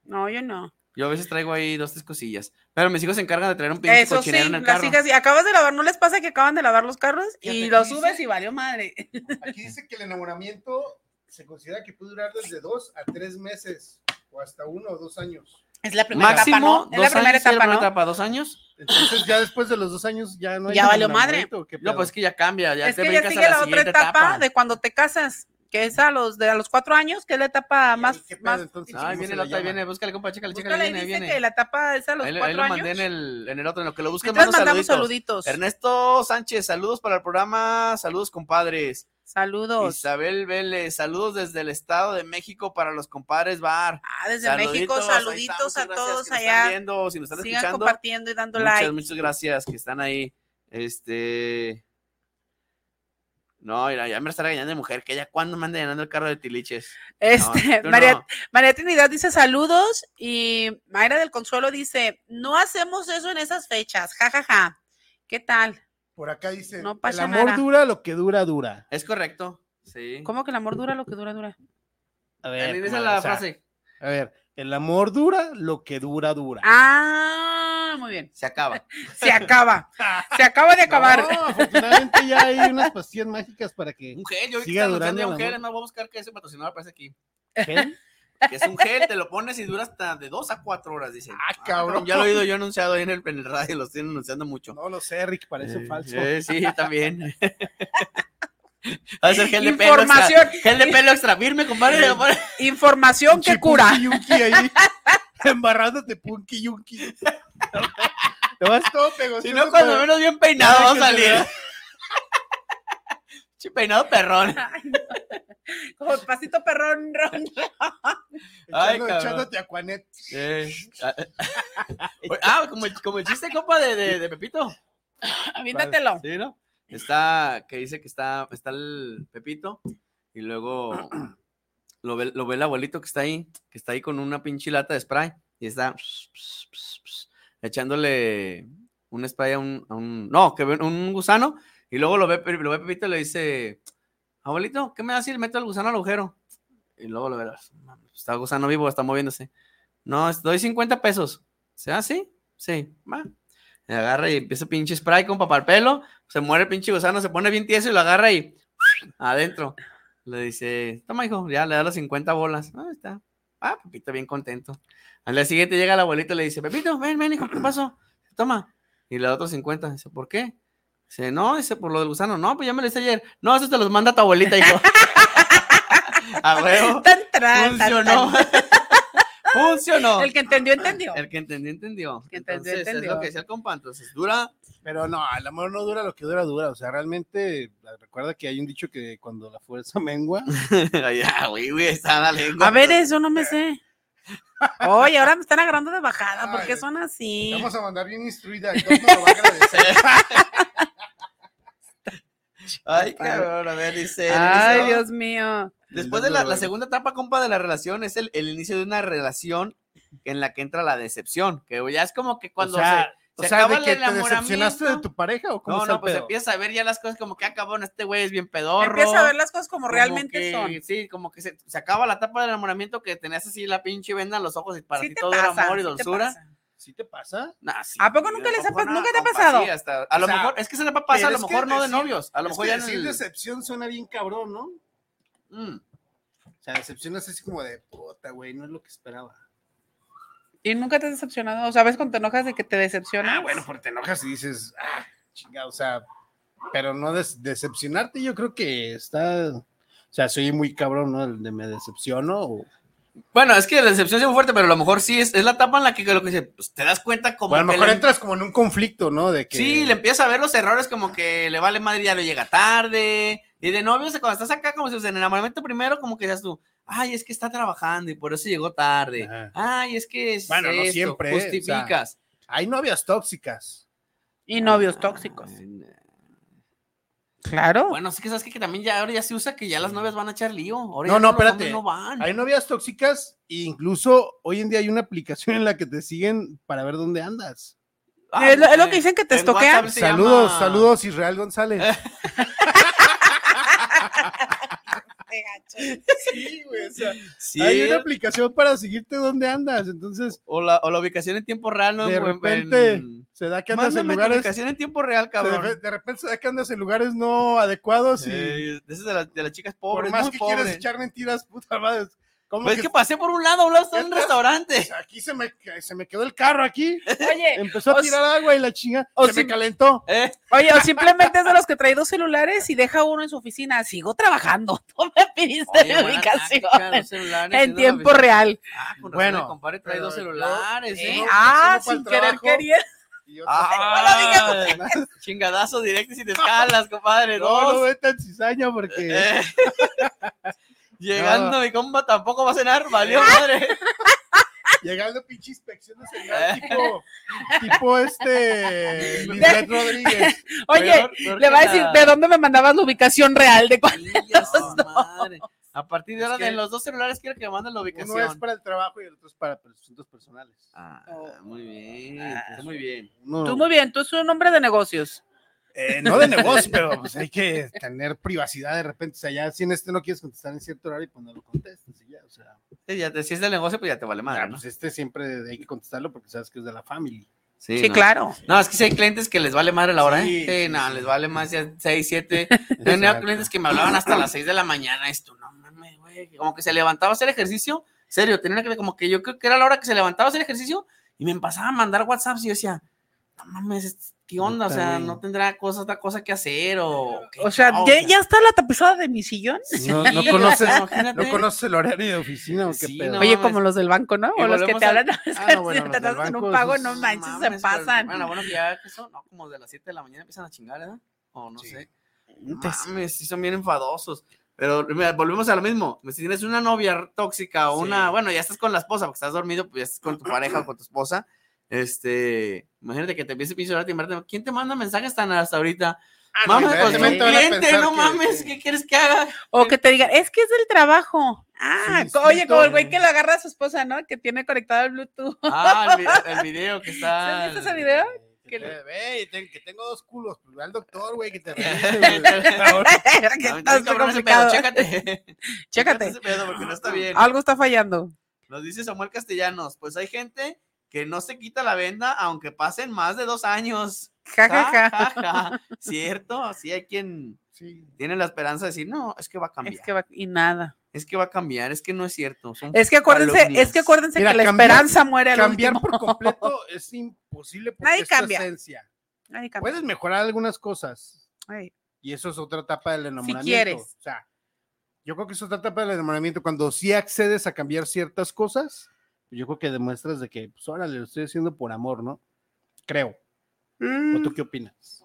No, yo no.
Yo a veces traigo ahí dos, tres cosillas. Pero mis hijos se encargan de traer un pinche
Eso sí,
cochinero en el
las
carro.
hijas, y acabas de lavar, ¿no les pasa que acaban de lavar los carros?
Fíjate
Y
que
los
dice-
subes y valió madre.
Aquí dice que el enamoramiento se considera que puede durar desde dos a tres meses o hasta uno o dos años.
Es la primera etapa,
Máximo,
¿no? Es la
dos
primera
años, sí, la
etapa,
primera
¿no?
etapa, dos años.
Entonces ya después de los dos años ya no hay
Ya valió madre.
enamoramiento, ¿o qué
No,
pedo?
pues es que ya cambia, ya
es
te
que ya
brincas
sigue
a la,
la otra
siguiente
etapa,
etapa.
de cuando te casas, que es a los de a los cuatro años, que es la etapa
¿Y
más,
qué pedo,
más
entonces,
Ay,
¿cómo
viene
se
la
le
otra,
llama?
viene, búscale, compa, Pues chécale,
Búscala
chécale,
y
viene,
dice
viene.
que la etapa es a los
Ahí, lo- ahí
cuatro
lo mandé
años.
en el, en el otro, en lo que lo busquen,
Mientras
mando
mandamos
saluditos.
saluditos.
Ernesto Sánchez, saludos para el programa, saludos compadres.
Saludos.
Isabel Vélez, saludos desde el Estado de México para los compadres Bar.
Ah, desde
Saluditos,
México,
ahí está,
saluditos
muchas
a
gracias
todos
que nos están
allá.
viendo, si nos están
Sigan
escuchando.
compartiendo y dando
Muchas,
like.
muchas gracias que están ahí. Este. No, mira, ya me está regañando de mujer, que ya cuando me anda llenando el carro de tiliches. No,
Este,
tú
María,
no.
María Trinidad dice saludos y Mayra del Consuelo dice, no hacemos eso en esas fechas, jajaja. ¿Qué tal?
Por acá dice,
No
el
pasa
amor
nada".
dura lo que dura, dura.
Es correcto. Sí.
¿Cómo que el amor dura lo que dura, dura?
A
Esa es
comadre,
la
o sea,
frase.
A ver, el amor dura lo que dura, dura.
Ah, funciona muy bien.
Se acaba.
Se acaba. Se acaba de acabar.
No, afortunadamente ya hay unas pastillas mágicas para que.
Un gel, yo ahorita
Sigue
estaba
durando
buscando un
la
gel,
noche.
es más, voy a buscar que ese patrocinador aparece aquí.
¿Gel?
Que es un gel, te lo pones y dura hasta de dos a cuatro horas, dice.
Ah, cabrón.
Ya lo he oído yo anunciado ahí en el, en el radio, los tienen anunciando mucho.
No lo sé, Rick, parece
Eh,
falso.
eh, sí, también. Va a ser gel de pelo extra.
Información,
Gel de pelo extra firme, compadre. compadre.
información que
Pinche
cura.
punky yunky ahí, embarrándote punky yunky. Te vas todo pegoso.
Si no, cuando menos bien peinado va a
Ay, que se
salir.
vea.
Che, peinado perrón.
Como pasito perrón. ron.
Ay, cabrón.
Echándote a Juanet.
Eh, ah, ah, como el, como el chiste, compa, de, de, de Pepito.
Aviéntatelo.
Sí, ¿no? Está, que dice que está, está el Pepito y luego lo ve, lo ve el abuelito que está ahí, que está ahí con una pinche lata de spray y está echándole un spray a un, a un- no, que ve un gusano y luego lo ve, Pe- lo ve Pepito y le dice, abuelito, ¿qué me das si le meto el gusano al agujero? Y luego lo ve, "Mames, está el gusano vivo, está moviéndose. No, es- doy 50 pesos. ¿Se así? Sí, va. Y agarra y empieza pinche spray con papapelo. Se muere el pinche gusano, se pone bien tieso y lo agarra y adentro. Le dice, toma hijo, ya le da las 50 bolas. Ah, ahí está. Ah, Pepito bien contento. Al día siguiente llega el abuelito y le dice, Pepito, ven, ven hijo, ¿qué pasó? Toma. Y le da otros 50. Dice, ¿por qué? Dice, no, dice, por lo del gusano. No, pues ya me lo hice ayer. No, eso te los manda tu abuelita, hijo. A huevo.
Tan, tran, tan,
Funcionó.
tan.
Funcionó.
El que entendió, entendió.
El que entendió, entendió.
que entendió,
Entonces, es
entendió.
lo que decía el compa. Entonces, dura
Pero no, el amor no dura lo que dura, dura. O sea, realmente, ah, recuerda que hay un dicho que cuando la fuerza mengua,
Ay, ah, güey, güey, está la lengua.
A ver, eso no me sé. Oye, ahora me están agarrando de bajada. ¿Por
Ay,
qué son así?
te vamos a mandar bien instruida. y todo nos lo va a agradecer.
Ay, cabrón, a ver, dice.
Ay,
dice,
Dios mío.
Después de la, la segunda etapa, compa, de la relación, es el, el inicio de una relación en la que entra la decepción, que ya es como que cuando
o sea,
se
o sea,
acaba
de
el
que te decepcionaste de
enamoramiento.
tu pareja o
se... No,
cómo
no,
se
pues
pedo?
empieza a ver ya las cosas como que acabón, este güey es bien pedorro.
Empieza a ver las cosas como
como
realmente
que-
son.
Sí, como que se, se acaba la etapa del enamoramiento que tenías así la pinche venda en los ojos y para
Sí
ti
te
todo
pasa,
era amor y
sí te
dulzura.
pasa.
¿Sí te pasa?
Nah, sí,
¿A poco
güey,
nunca les ha
mejor
pas- nunca
no,
te ha
compa,
pasado?
sí, hasta- a lo
O sea,
mejor, es que esa etapa pasa, a
pero
lo
es que
mejor no de
decir-
novios, a lo
Es
mejor
que
ya en
decir
el-
decepción suena bien cabrón, ¿no? O
Mm.
sea, decepción es así como de puta, güey, no es lo que esperaba.
¿Y nunca te has decepcionado? ¿Sabes cuando te enojas de que te decepciona?
Ah, bueno, porque te enojas y dices, ah, chinga, o sea, pero no des- decepcionarte, yo creo que está, o sea, soy muy cabrón, ¿no? El de me decepciono. O,
Bueno, es que la decepción es muy fuerte, pero a lo mejor sí es, es la etapa en la que, que lo que dice, pues, te das cuenta como
o a lo
que
mejor
le-
entras como en un conflicto, ¿no? De que,
Sí, le empiezas a ver los errores como que le vale madre ya lo llega tarde. Y de novios, cuando estás acá, como si en el enamoramiento primero, como que seas tú, ay, es que está trabajando y por eso llegó tarde.
Ajá.
Ay, es que es
Bueno, no
esto,
siempre, ¿eh? O sea,
justificas.
Hay novias tóxicas.
Y novios tóxicos. Claro.
Bueno, sí que sabes que, que también ya ahora ya se usa que ya las novias van a echar lío. Ahora
No,
ya
no,
todos los
espérate.
hombres No van.
Hay novias tóxicas e incluso hoy en día hay una aplicación en la que te siguen para ver dónde andas.
Ah,
es, lo, es lo que
eh,
dicen que te
en
estoquean.
WhatsApp se
Saludos,
llama-
saludos Israel González. sí, güey, o sea,
Sí,
Hay una aplicación para seguirte dónde andas, entonces
o, la, o la ubicación en tiempo real, ¿no?
De
En- en-
repente,
en-
se da que andas en
Mándame tu
lugares
ubicación en tiempo real,
se de,
cabrón.
de repente se da que andas en lugares no adecuados y
Eh, de esas de, las- de las chicas
por
pobres.
más
muy
que
pobres.
quieras echar mentiras, puta madre. ¿Cómo
Pues es
que
que pasé por un lado, a un lado estaba en un
¿Estás?
restaurante.
se- aquí se me, se me quedó el carro aquí?
Oye,
Empezó a
O
tirar agua y la chinga
o
se
si-
me calentó.
Eh,
oye, o simplemente es de los que trae dos celulares y deja uno en su oficina. Sigo trabajando. Tú me pidiste
oye,
mi
buena táctica,
ubicación
dos celulares,
en
haciendo
tiempo
la-
real.
Ah, con razón,
Bueno,
el compadre trae
pero
dos
yo-
celulares,
¿eh?
¿eh?
uno-
Ah,
uno pa'l
sin querer
trabajo.
quería.
Y yo,
Ah, chingadazo directo y sin escalas, compadre.
no,
dos.
no ve tan cizaña porque
Eh. Llegando mi compa tampoco va a cenar, valió
Ah,
madre.
llegando pinche inspección de celular, tipo, tipo este Lisbeth Rodríguez.
Oye,
Peor- peor
le
que
va a decir,
la-
¿de dónde me mandabas la ubicación real? ¿De cuál?
Chinga su madre. A partir de
Es
ahora,
que-
en los dos celulares quiero que me manden la
Uno es
ubicación.
para el trabajo y el otro es para asuntos personales.
Ah, muy bien, está muy bien.
Uno-
Tú muy bien, tú eres un hombre de negocios.
Eh, no de negocio, pero pues hay que tener privacidad de repente. O sea, ya si en este no quieres contestar en cierto horario, pues no lo contestas. y ya, o sea,
Sí, ya te- si es del negocio, pues ya te vale madre,
ah,
¿no?
pues este siempre hay que contestarlo porque sabes que es de la familia.
Sí,
sí,
no.
claro.
No, es que sí hay clientes que les vale madre la hora,
Sí,
¿eh? Sí,
sí,
no,
sí.
les vale más ya 6, 7. Yo tenía
Exacto.
clientes que me hablaban hasta las 6 de la mañana, esto, no mames, güey. Como que se levantaba a hacer ejercicio, serio, tenía que, como que yo creo que era la hora que se levantaba a hacer ejercicio y me empezaba a mandar WhatsApps y yo decía, no mames, este- ¿qué onda? O
Puta,
sea,
güey.
no tendrá cosa, otra cosa que hacer o. qué
O sea,
caos,
ya, ya está la tapizada de mi sillón.
No, no
Sí,
conoces,
imagínate.
no conoces el horario de oficina. ¿o qué
Sí,
pedo?
no.
Oye,
mames.
como los del banco, ¿no?
Y
O los que
volvemos
te
al-
hablan
Ah, no, bueno,
si
los
te
del
atrasan en
banco,
un pago,
esos-
no manches, se
mames, pero-
pasan.
Bueno, bueno, que ya que eso, no, como de las 7 de la mañana empiezan a chingar, ¿verdad? O no
Sí.
sé.
Pues,
Mames, sí son bien enfadosos. Pero mira, volvemos a lo mismo. Si tienes una novia tóxica o
Sí.
una, bueno, ya estás con la esposa porque estás dormido, pues ya estás con tu pareja o con tu esposa. Este, imagínate que te empiece a pinche timbrarte. ¿Quién te manda mensajes tan hasta ahorita?
Ah, no,
mames, pues
evidentemente
un
van a
cliente,
pensar
no
que-
mames,
sí.
¿qué quieres que haga?
O que te digan, es que es del trabajo. Ah,
Sí,
co- oye,
sí,
como el
todo.
güey que lo agarra a su esposa, ¿no? Que tiene conectado el Bluetooth.
Ah, el, vi- el video que está.
¿Sí has visto ese video?
Que,
Que-
te- Eh, ve, y te- que tengo dos culos. Pues ve al doctor, güey, que te revise, güey. Por favor.
Que
No,
está
está
súper
cabrón ese pedo,
complicado.
chécate.
Chécate.
ese pedo porque no está bien.
Algo está fallando.
Nos dice Samuel Castellanos, pues hay gente que no se quita la venda aunque pasen más de dos años.
Ja, ja, ja.
ja. ¿Cierto? Sí hay quien
Sí.
tiene la esperanza de decir, no, es que va a cambiar.
Es que va- Eh, y nada.
va a cambiar, es que no es cierto. son
Es que acuérdense,
calumnias".
es que acuérdense
Mira,
que la
cambiar-
esperanza muere al
Cambiar
último.
por completo es imposible porque
Nadie
es tu
cambia.
esencia.
Ay, cambia.
Puedes mejorar algunas cosas
Ay,
y eso es otra etapa del enamoramiento.
quieres.
O sea, yo creo que es otra etapa del enamoramiento. Cuando sí accedes a cambiar ciertas cosas, pues yo creo que demuestras de que, pues, órale, lo estoy haciendo por amor, ¿no? Creo. ¿O
mm,
tú qué opinas?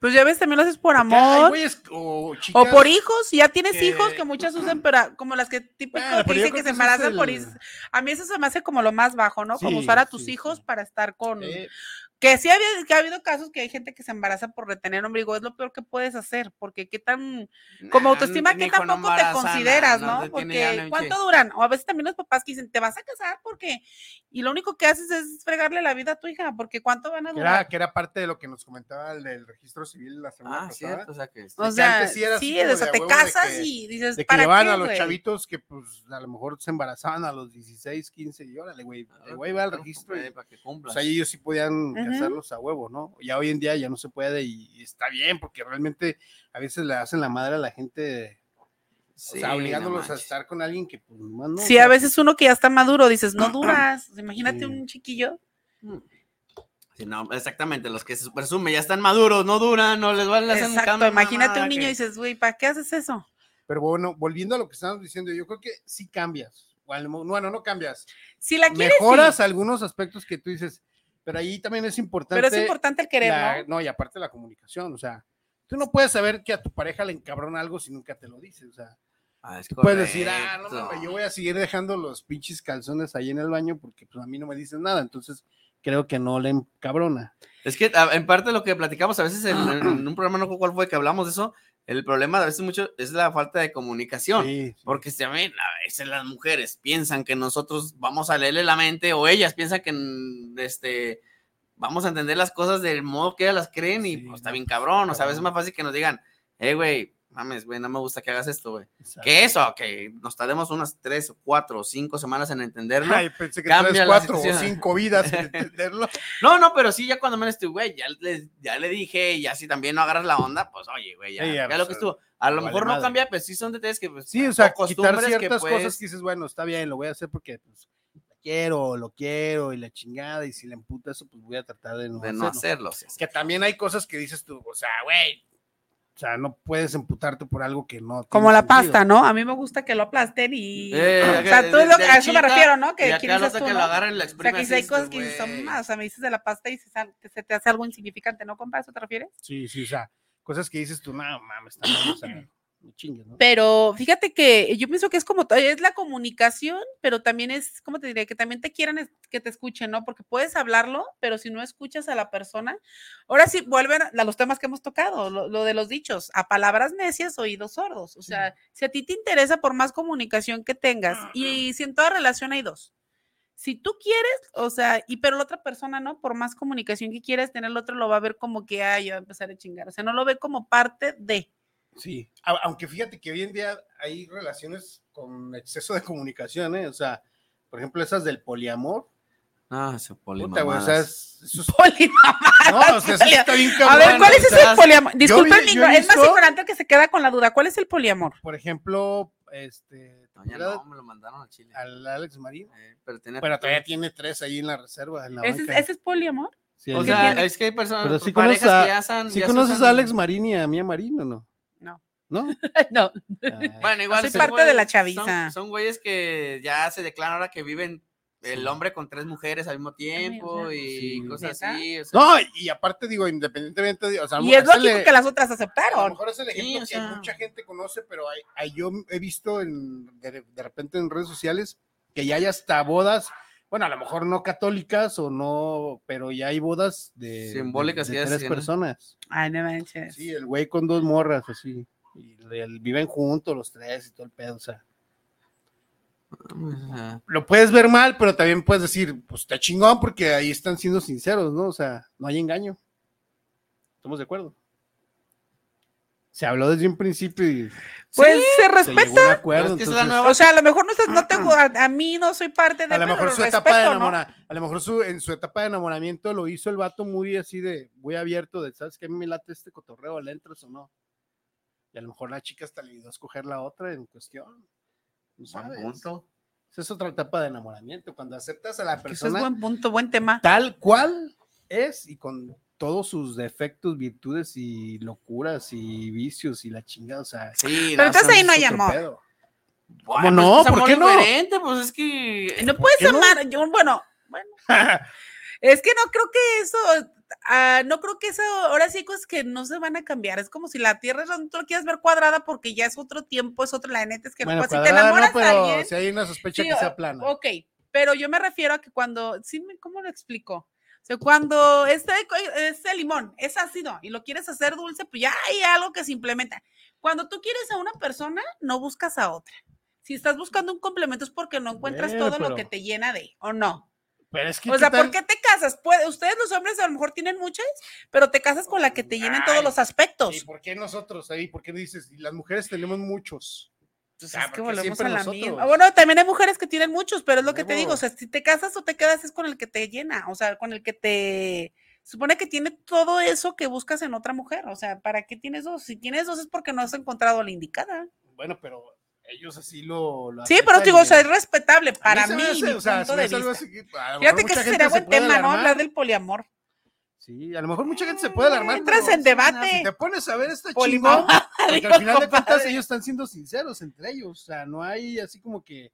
Pues ya ves, también lo haces por
Que hay
amor.
güeyes o
o
chicas-
por hijos, ya tienes
que-
hijos que muchas usan, pero como las que típico
Eh, Bueno,
que
pero yo
dicen
creo
que se
que eso es
embarazan por
el-
hijos. A mí eso se me hace como lo más bajo, ¿no? como
Sí,
usar a tus
sí,
hijos
sí.
para estar con,
Eh,
Que sí había, que ha habido casos que hay gente que se embaraza por retener ombligo, es lo peor que puedes hacer, porque qué tan, como
Nah,
autoestima,
un
que
Ah, hijo no
tampoco te
embaraza,
consideras,
nah,
¿no?
te tiene ya
porque
una
¿cuánto
pinche-
duran? O a veces también los papás que dicen, te vas a casar porque, y lo único que haces es fregarle la vida a tu hija, porque ¿cuánto van a
que, era,
durar?
que era parte de lo que nos comentaba el del registro civil la semana
Ah,
pasada.
cierto, o sea que...
O
que
sea,
antes sí era así
sí,
como
o sea,
de a
te
huevo de
casas
que-
y dices,
De que
¿para
llevaban
qué,
a los
güey?".
chavitos que, pues, a lo mejor se embarazaban a los 16, 15, y órale, güey,
Ah,
el güey va al registro y,
Para que cumplas.
pues, ahí ellos sí podían
Ujú.
casarlos a huevo, ¿no? Ya hoy en día ya no se puede y, y está bien, porque realmente a veces le hacen la madre a la gente, o
Sí,
sea,
no
obligándolos a
manches.
estar con alguien que, pues, nomás no.
Sí, a veces uno que ya está maduro, dices, no duras, imagínate
Sí.
un chiquillo.
Sí, no, exactamente, los que se presume ya están maduros, no duran, no les vale hacer un
Exacto,
cambio,
imagínate
mamada,
un niño y
que-
dices, güey, ¿para qué haces eso?
Pero bueno, volviendo a lo que estábamos diciendo, yo creo que sí cambias. o a lo mo- Bueno, no cambias.
Si la quieres, sí,
Mejoras algunos aspectos que tú dices, pero ahí también es importante.
pero es importante el querer,
la-
¿no?
no, y aparte la comunicación, o sea, tú no puedes saber que a tu pareja le encabrona algo si nunca te lo dices, o sea,
Ah, es
puedes decir, ah, no
correcto.
mames, yo voy a seguir dejando los pinches calzones ahí en el baño porque pues a mí no me dicen nada, entonces creo que no le encabrona.
Es que a- en parte lo que platicamos a veces
Ah.
en, en- en un programa, no recuerdo cuál fue que hablamos de eso, el problema de a veces mucho es la falta de comunicación.
Sí, sí.
Porque se ven, a veces las mujeres piensan que nosotros vamos a leerle la mente o ellas piensan que mm, este, vamos a entender las cosas del modo que ellas las creen y
Sí,
pues, está
no,
bien
pues, está
cabrón. O sea, a veces es más
cabrón.
fácil que nos digan, hey, güey, mames, güey, no me gusta que hagas esto, güey.
Exacto.
Que eso, que nos tardemos unas tres, o cuatro, o cinco semanas en entenderlo.
Ay, pensé que
Cambia
tres,
la
cuatro o
situación.
cinco vidas en entenderlo.
No, no, pero sí, ya cuando menos estuve, güey, ya le, ya le dije, y así también no agarras la onda, pues oye, güey, ya,
Sí,
ya
ya,
lo
pues,
que estuvo. A lo
vale
mejor no
madre.
cambia, pero sí son detalles que, pues,
Sí, o sea, quitar
costumbres que,
ciertas
pues,
cosas que dices, bueno, está bien, lo voy a hacer porque pues, quiero, lo quiero y la chingada, y si le emputa eso, pues voy a tratar de no,
de no
hacerlo.
hacerlo. sí, sí.
que también hay cosas que dices tú, o sea, güey, o sea, no puedes emputarte por algo que no.
Como
tiene
la pasta,
sentido.
¿no? A mí me gusta que lo aplasten y.
Eh,
o sea,
de-
tú es
de-
lo que- a
de
eso me
chita,
refiero, ¿no?
y
Que
acá
quieres
la otra
tú,
que
¿no?
lo agarra y la
O sea,
exprime
que
así,
si hay cosas que
güey.
dices, son más. O sea, me dices de la pasta y se, sal- se te hace algo insignificante, ¿no, compa? ¿A eso te refieres?
Sí, sí, o sea, cosas que dices tú, no mames, también, o sea, no chingues, ¿no?
Pero fíjate que yo pienso que es como, to- es la comunicación, pero también es, ¿cómo te diré? Que también te quieran es- que te escuchen, ¿no? Porque puedes hablarlo, pero si no escuchas a la persona. Ahora sí, vuelven a los temas que hemos tocado, lo, lo de los dichos, a palabras necias, oídos sordos. O sea, si a ti te interesa por más comunicación que tengas, y si en toda relación hay dos. Si tú quieres, o sea, y pero la otra persona, ¿no? Por más comunicación que quieras tener, el otro lo va a ver como que, ay, ya va a empezar a chingar. O sea, no lo ve como parte de.
Sí, a- aunque fíjate que hoy en día hay relaciones con exceso de comunicación, ¿eh? O sea, por ejemplo, esas del poliamor,
Ah, ese
Puta, güey, o sea, es- eso es-
Polimamadas,
No, o sea, eso
Natalia.
está bien
A
cabrón.
ver, ¿cuál es
o
ese
sea,
poliamor?
yo
Disculpen,
he
mi igno- es más
visto-
ignorante el que se queda con la duda. ¿Cuál es el poliamor?
Por ejemplo, este.
No, ya
tuviera
no, me lo mandaron a Chile.
Al Alex Marín.
Eh, pero tiene-
Pero todavía tiene tres ahí en la reserva. En la
¿Ese es,
banca.
ese es poliamor?
Sí,
O
ahí-
sea, es que hay personas,
Pero sí
parejas
conoces a-
que ya san-
¿Sí
ya se
conoces
usan-
a Alex Marín y a Mía Marín o no?
No.
¿No?
No.
Ah,
Bueno, igual.
Soy
son
parte
güeyes-
de la chaviza.
Son, son güeyes que ya se declaran ahora que viven el hombre con tres mujeres al mismo tiempo
Ay,
y
Sí.
cosas
¿Neta?
así. o sea,
no, y aparte, digo, independientemente de. O sea,
Y es
ese
lógico
le-
que las otras
e- A lo
aceptaron.
mejor es el
Sí,
ejemplo
o
que
sea.
mucha gente conoce, pero hay, hay- yo he visto en, de, de repente en redes sociales que ya hay hasta bodas, bueno, a lo mejor no católicas o no, pero ya hay bodas de,
Simbólicas
de,
que ya
tres
se-
personas.
Ay, no manches.
Sí, el güey con dos morras, así. Y el- viven juntos los tres y todo el pedo, o sea.
o sea,
Lo puedes ver mal, pero también puedes decir, pues está chingón porque ahí están siendo sinceros, ¿no? O sea, no hay engaño. Estamos de acuerdo. Se habló desde un principio y
Pues se
se llegó
respeta.
a un
Pero
acuerdo.
es que es la
entonces,
nueva-
O sea, a lo mejor no, estás, no tengo, a, a mí no soy parte de
Ah, a lo mejor su etapa de
enamorada.
enamora- a lo mejor su- en su etapa de enamoramiento lo hizo el vato muy así de muy abierto de sabes que a mí me late este cotorreo, le entras o no. Y a lo mejor la chica hasta le ayudó a escoger la otra en cuestión. No
buen
sabes.
punto.
Esa es otra etapa de enamoramiento, cuando aceptas a la
Eso es
persona
buen punto, buen tema.
tal cual es y con todos sus defectos, virtudes y locuras y vicios y la chingada, o sea,
Sí,
Pero entonces
son-
ahí no hay
es otro
amor.
pedo.
Bueno,
¿Cómo
pues,
no?
es
¿Por qué
amor
no?
diferente, pues es que.
No puedes
qué no?
amar, yo, bueno, bueno. es que no creo que eso, ah, no creo que eso, ahora sí hay cosas que no se van a cambiar. Es como si la tierra es redonda, tú la quieras ver cuadrada porque ya es otro tiempo, es otro, la neta es que
Bueno,
pues, si te
cuadrada no,
enamoras de
pero
alguien,
si hay una sospecha
sí,
que
o-
sea plana.
ok, pero yo me refiero a que cuando, sí, me- ¿cómo lo explico? O sea, cuando este, co- este limón es ácido y lo quieres hacer dulce, pues ya hay algo que se implementa. Cuando tú quieres a una persona, no buscas a otra. Si estás buscando un complemento es porque no encuentras
Bueno,
todo lo que
pero-
te llena de, ¿o no?
Pero es que
O sea,
tal-
¿por qué te casas? Puede, ustedes los hombres a lo mejor tienen muchas, pero te casas con la que te llenen todos
Ay,
los
¿Y
aspectos.
por qué nosotros ahí? ¿Por qué dices? Y las mujeres tenemos muchos.
Entonces
Ah,
Pues, es que
porque
volvemos
siempre
a la
nosotros.
misma. Bueno, también hay mujeres que tienen muchos, pero es lo que te digo,
Huevo.
o sea, si te casas o te quedas es con el que te llena, o sea, con el que te supone que tiene todo eso que buscas en otra mujer, o sea, ¿para qué tienes dos? Si tienes dos es porque no has encontrado la indicada.
Bueno, pero ellos así lo. lo
Sí, pero
aceptan
digo,
y-
o sea, es respetable
A
para
se
mí,
me hace,
mi
o sea, se
punto
me
de
hace algo
vista.
así que a lo
Fíjate
mejor
que
mucha
ese
gente
sería
se
buen
puede
tema, ¿no?
alarmar.
Hablar del poliamor.
Sí, a lo mejor mucha gente se puede alarmar.
Mm, Entras
pero
en debate.
Si te pones a ver esta chingón,
Polimamada,
porque
dijo
al final de cuentas
compadre.
ellos están siendo sinceros entre ellos. O sea, no hay así como que.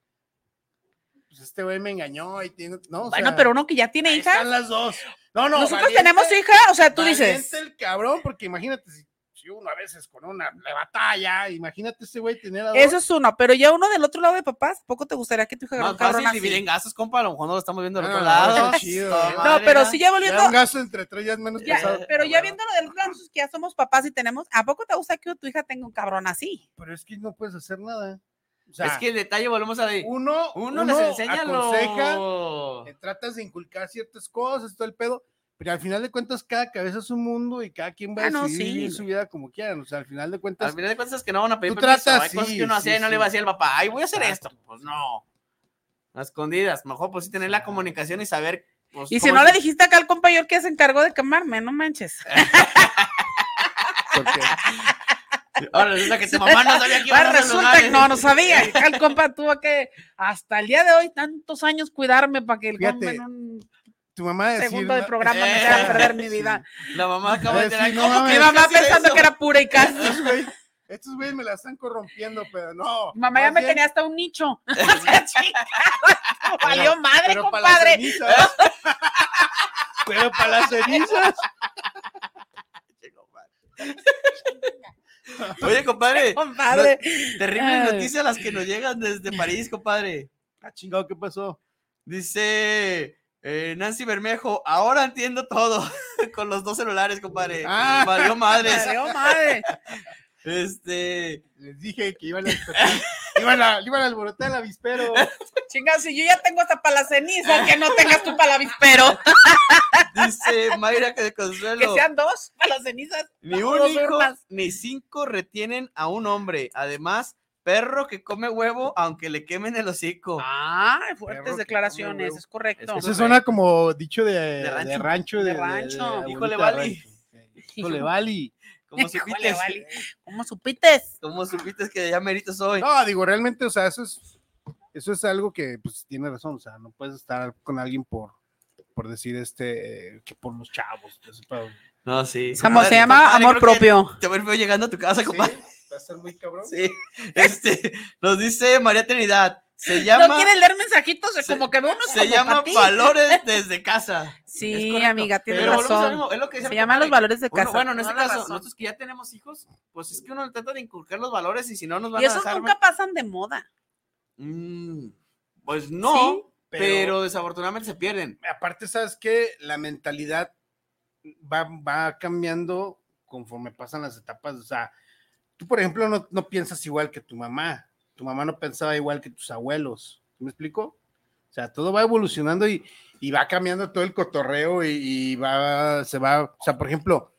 Pues este güey me engañó y tiene. No, o
Bueno,
sea,
pero uno que ya tiene
ahí
hija.
Están las dos. No, no.
Nosotros
valiente-
tenemos hija, o sea, tú dices.
valiente el cabrón, porque imagínate si, si uno a veces con una le batalla, imagínate ese güey tener a dos.
Eso es uno, pero ya uno del otro lado de papás, poco te gustaría que tu hija agarre
Más
un cabrón
fácil
así?
dividen gastos, compa. A lo mejor no lo estamos viendo del
Ah, No,
otro
no,
lado.
está chido,
Toda
¿eh?
No,
madre,
pero
¿no?
si ya volviendo,
Ya un gasto entre tres ya es menos
ya,
pesado.
pero ya viéndolo del caso que ya somos papás y tenemos, ¿a poco te gusta que tu hija tenga un cabrón así?
Pero es que no puedes hacer nada. O sea,
Es que el detalle, volvemos a decir.
uno,
Uno, les enseña
aconseja,
lo.
te tratas de inculcar ciertas cosas, todo el pedo, pero al final de cuentas cada cabeza es un mundo y cada quien va
Ah, no,
a decidir
sí.
vivir su vida como quieran. O sea, al final de
Al
cuentas,
final de cuentas es que no van a pedir
Tú
permiso.
tratas,
Hay cosas
sí,
que uno hacía
sí,
y no le iba a
sí.
decir al papá, ay, voy a hacer
Exacto.
esto. Pues no. A escondidas. Mejor pues sí tener la comunicación y saber. pues,
Y si
cómo
no
es
le
que-
dijiste acá al compañero que se encargó de quemarme, no manches.
Eh,
porque-
Ahora resulta que tu mamá no sabía que iba a
Ahora
hacer
resulta que no, no sabía. Acá el compa tuvo que hasta el día de hoy tantos años cuidarme para que el compa
Fíjate,
en un
tu mamá decir,
segundo de
"No,
programa me
Eh,
echara a perder mi
sí.
vida.
La mamá acaba
Eh,
de
Sí,
tener.
no
¿Cómo
mames.
que
Mi
¿qué
mamá
vas a hacer
pensando
eso?
que era pura y casi.
estos güey- Estos güeyes me la están corrompiendo, pero no.
Mamá ya
más
me
bien,
tenía hasta un nicho. Ah, Valió madre,
pero para las
compadre.
cenizas. pero para las cenizas.
Oye, compadre,
Compadre.
terribles
Ay.
noticias las que nos llegan desde París, compadre.
Ah, chingado, ¿qué pasó?
Dice eh, Nancy Bermejo, ahora entiendo todo con los dos celulares, compadre.
Ah.
Valió madres.
Valió madre.
Este,
Les dije que iban a despertar. iban, a, iban a alborotar el avispero.
Chinga, si yo ya tengo hasta para la ceniza, que no tengas tú para la avispero.
dice Mayra que de
Que
consuelo.
sean dos para las cenizas.
Ni
no,
un
dos
hijo
urnas.
ni cinco retienen a un hombre. Además, Perro que come huevo aunque le quemen el hocico.
Ah,
Perro que
fuertes
come
declaraciones,
huevo.
es correcto.
Es
Eso suena como dicho de,
De rancho.
de rancho. De,
De rancho.
abuelita
Híjole,
de
Vali.
rancho. Híjole, Vali.
Como supiste,
Híjole, vale. ¿Cómo supites?
como supiste que ya merito soy.
No, digo, realmente, o sea, eso es, eso es algo que pues tiene razón, o sea, no puedes estar con alguien por, por decir este, eh, que por los chavos. pues, pero-
No, sí.
Como
A ver,
se llama
compadre,
Ah, amor
creo que
propio.
Te voy a ir llegando a tu casa,
Sí,
compadre.
va a estar muy cabrón.
Sí. Este, nos dice María Trinidad. Se
no
llama,
quieren leer mensajitos,
se-
como que ve unos
se
como
llama
pa' ti.
valores desde casa. Es
Sí,
correcto.
amiga, tienes
Pero volvemos a lo
razón.
mismo, es lo que decía
Se
mi
llaman
compadre.
los valores de
Bueno,
casa.
bueno, en este
no la
caso,
razón.
nosotros que ya tenemos hijos, pues es que uno trata de inculcar los valores y si no nos van
Y
a
esos
dejar.
nunca pasan de moda.
Mm, pues no,
Sí,
pero... pero desafortunadamente se pierden.
aparte, ¿sabes que La mentalidad va, va cambiando conforme pasan las etapas. O sea, tú, por ejemplo, no, no piensas igual que tu mamá. Tu mamá no pensaba igual que tus abuelos. ¿Me explico? O sea, todo va evolucionando y, y va cambiando todo el cotorreo y, y va, se va, o sea, por ejemplo,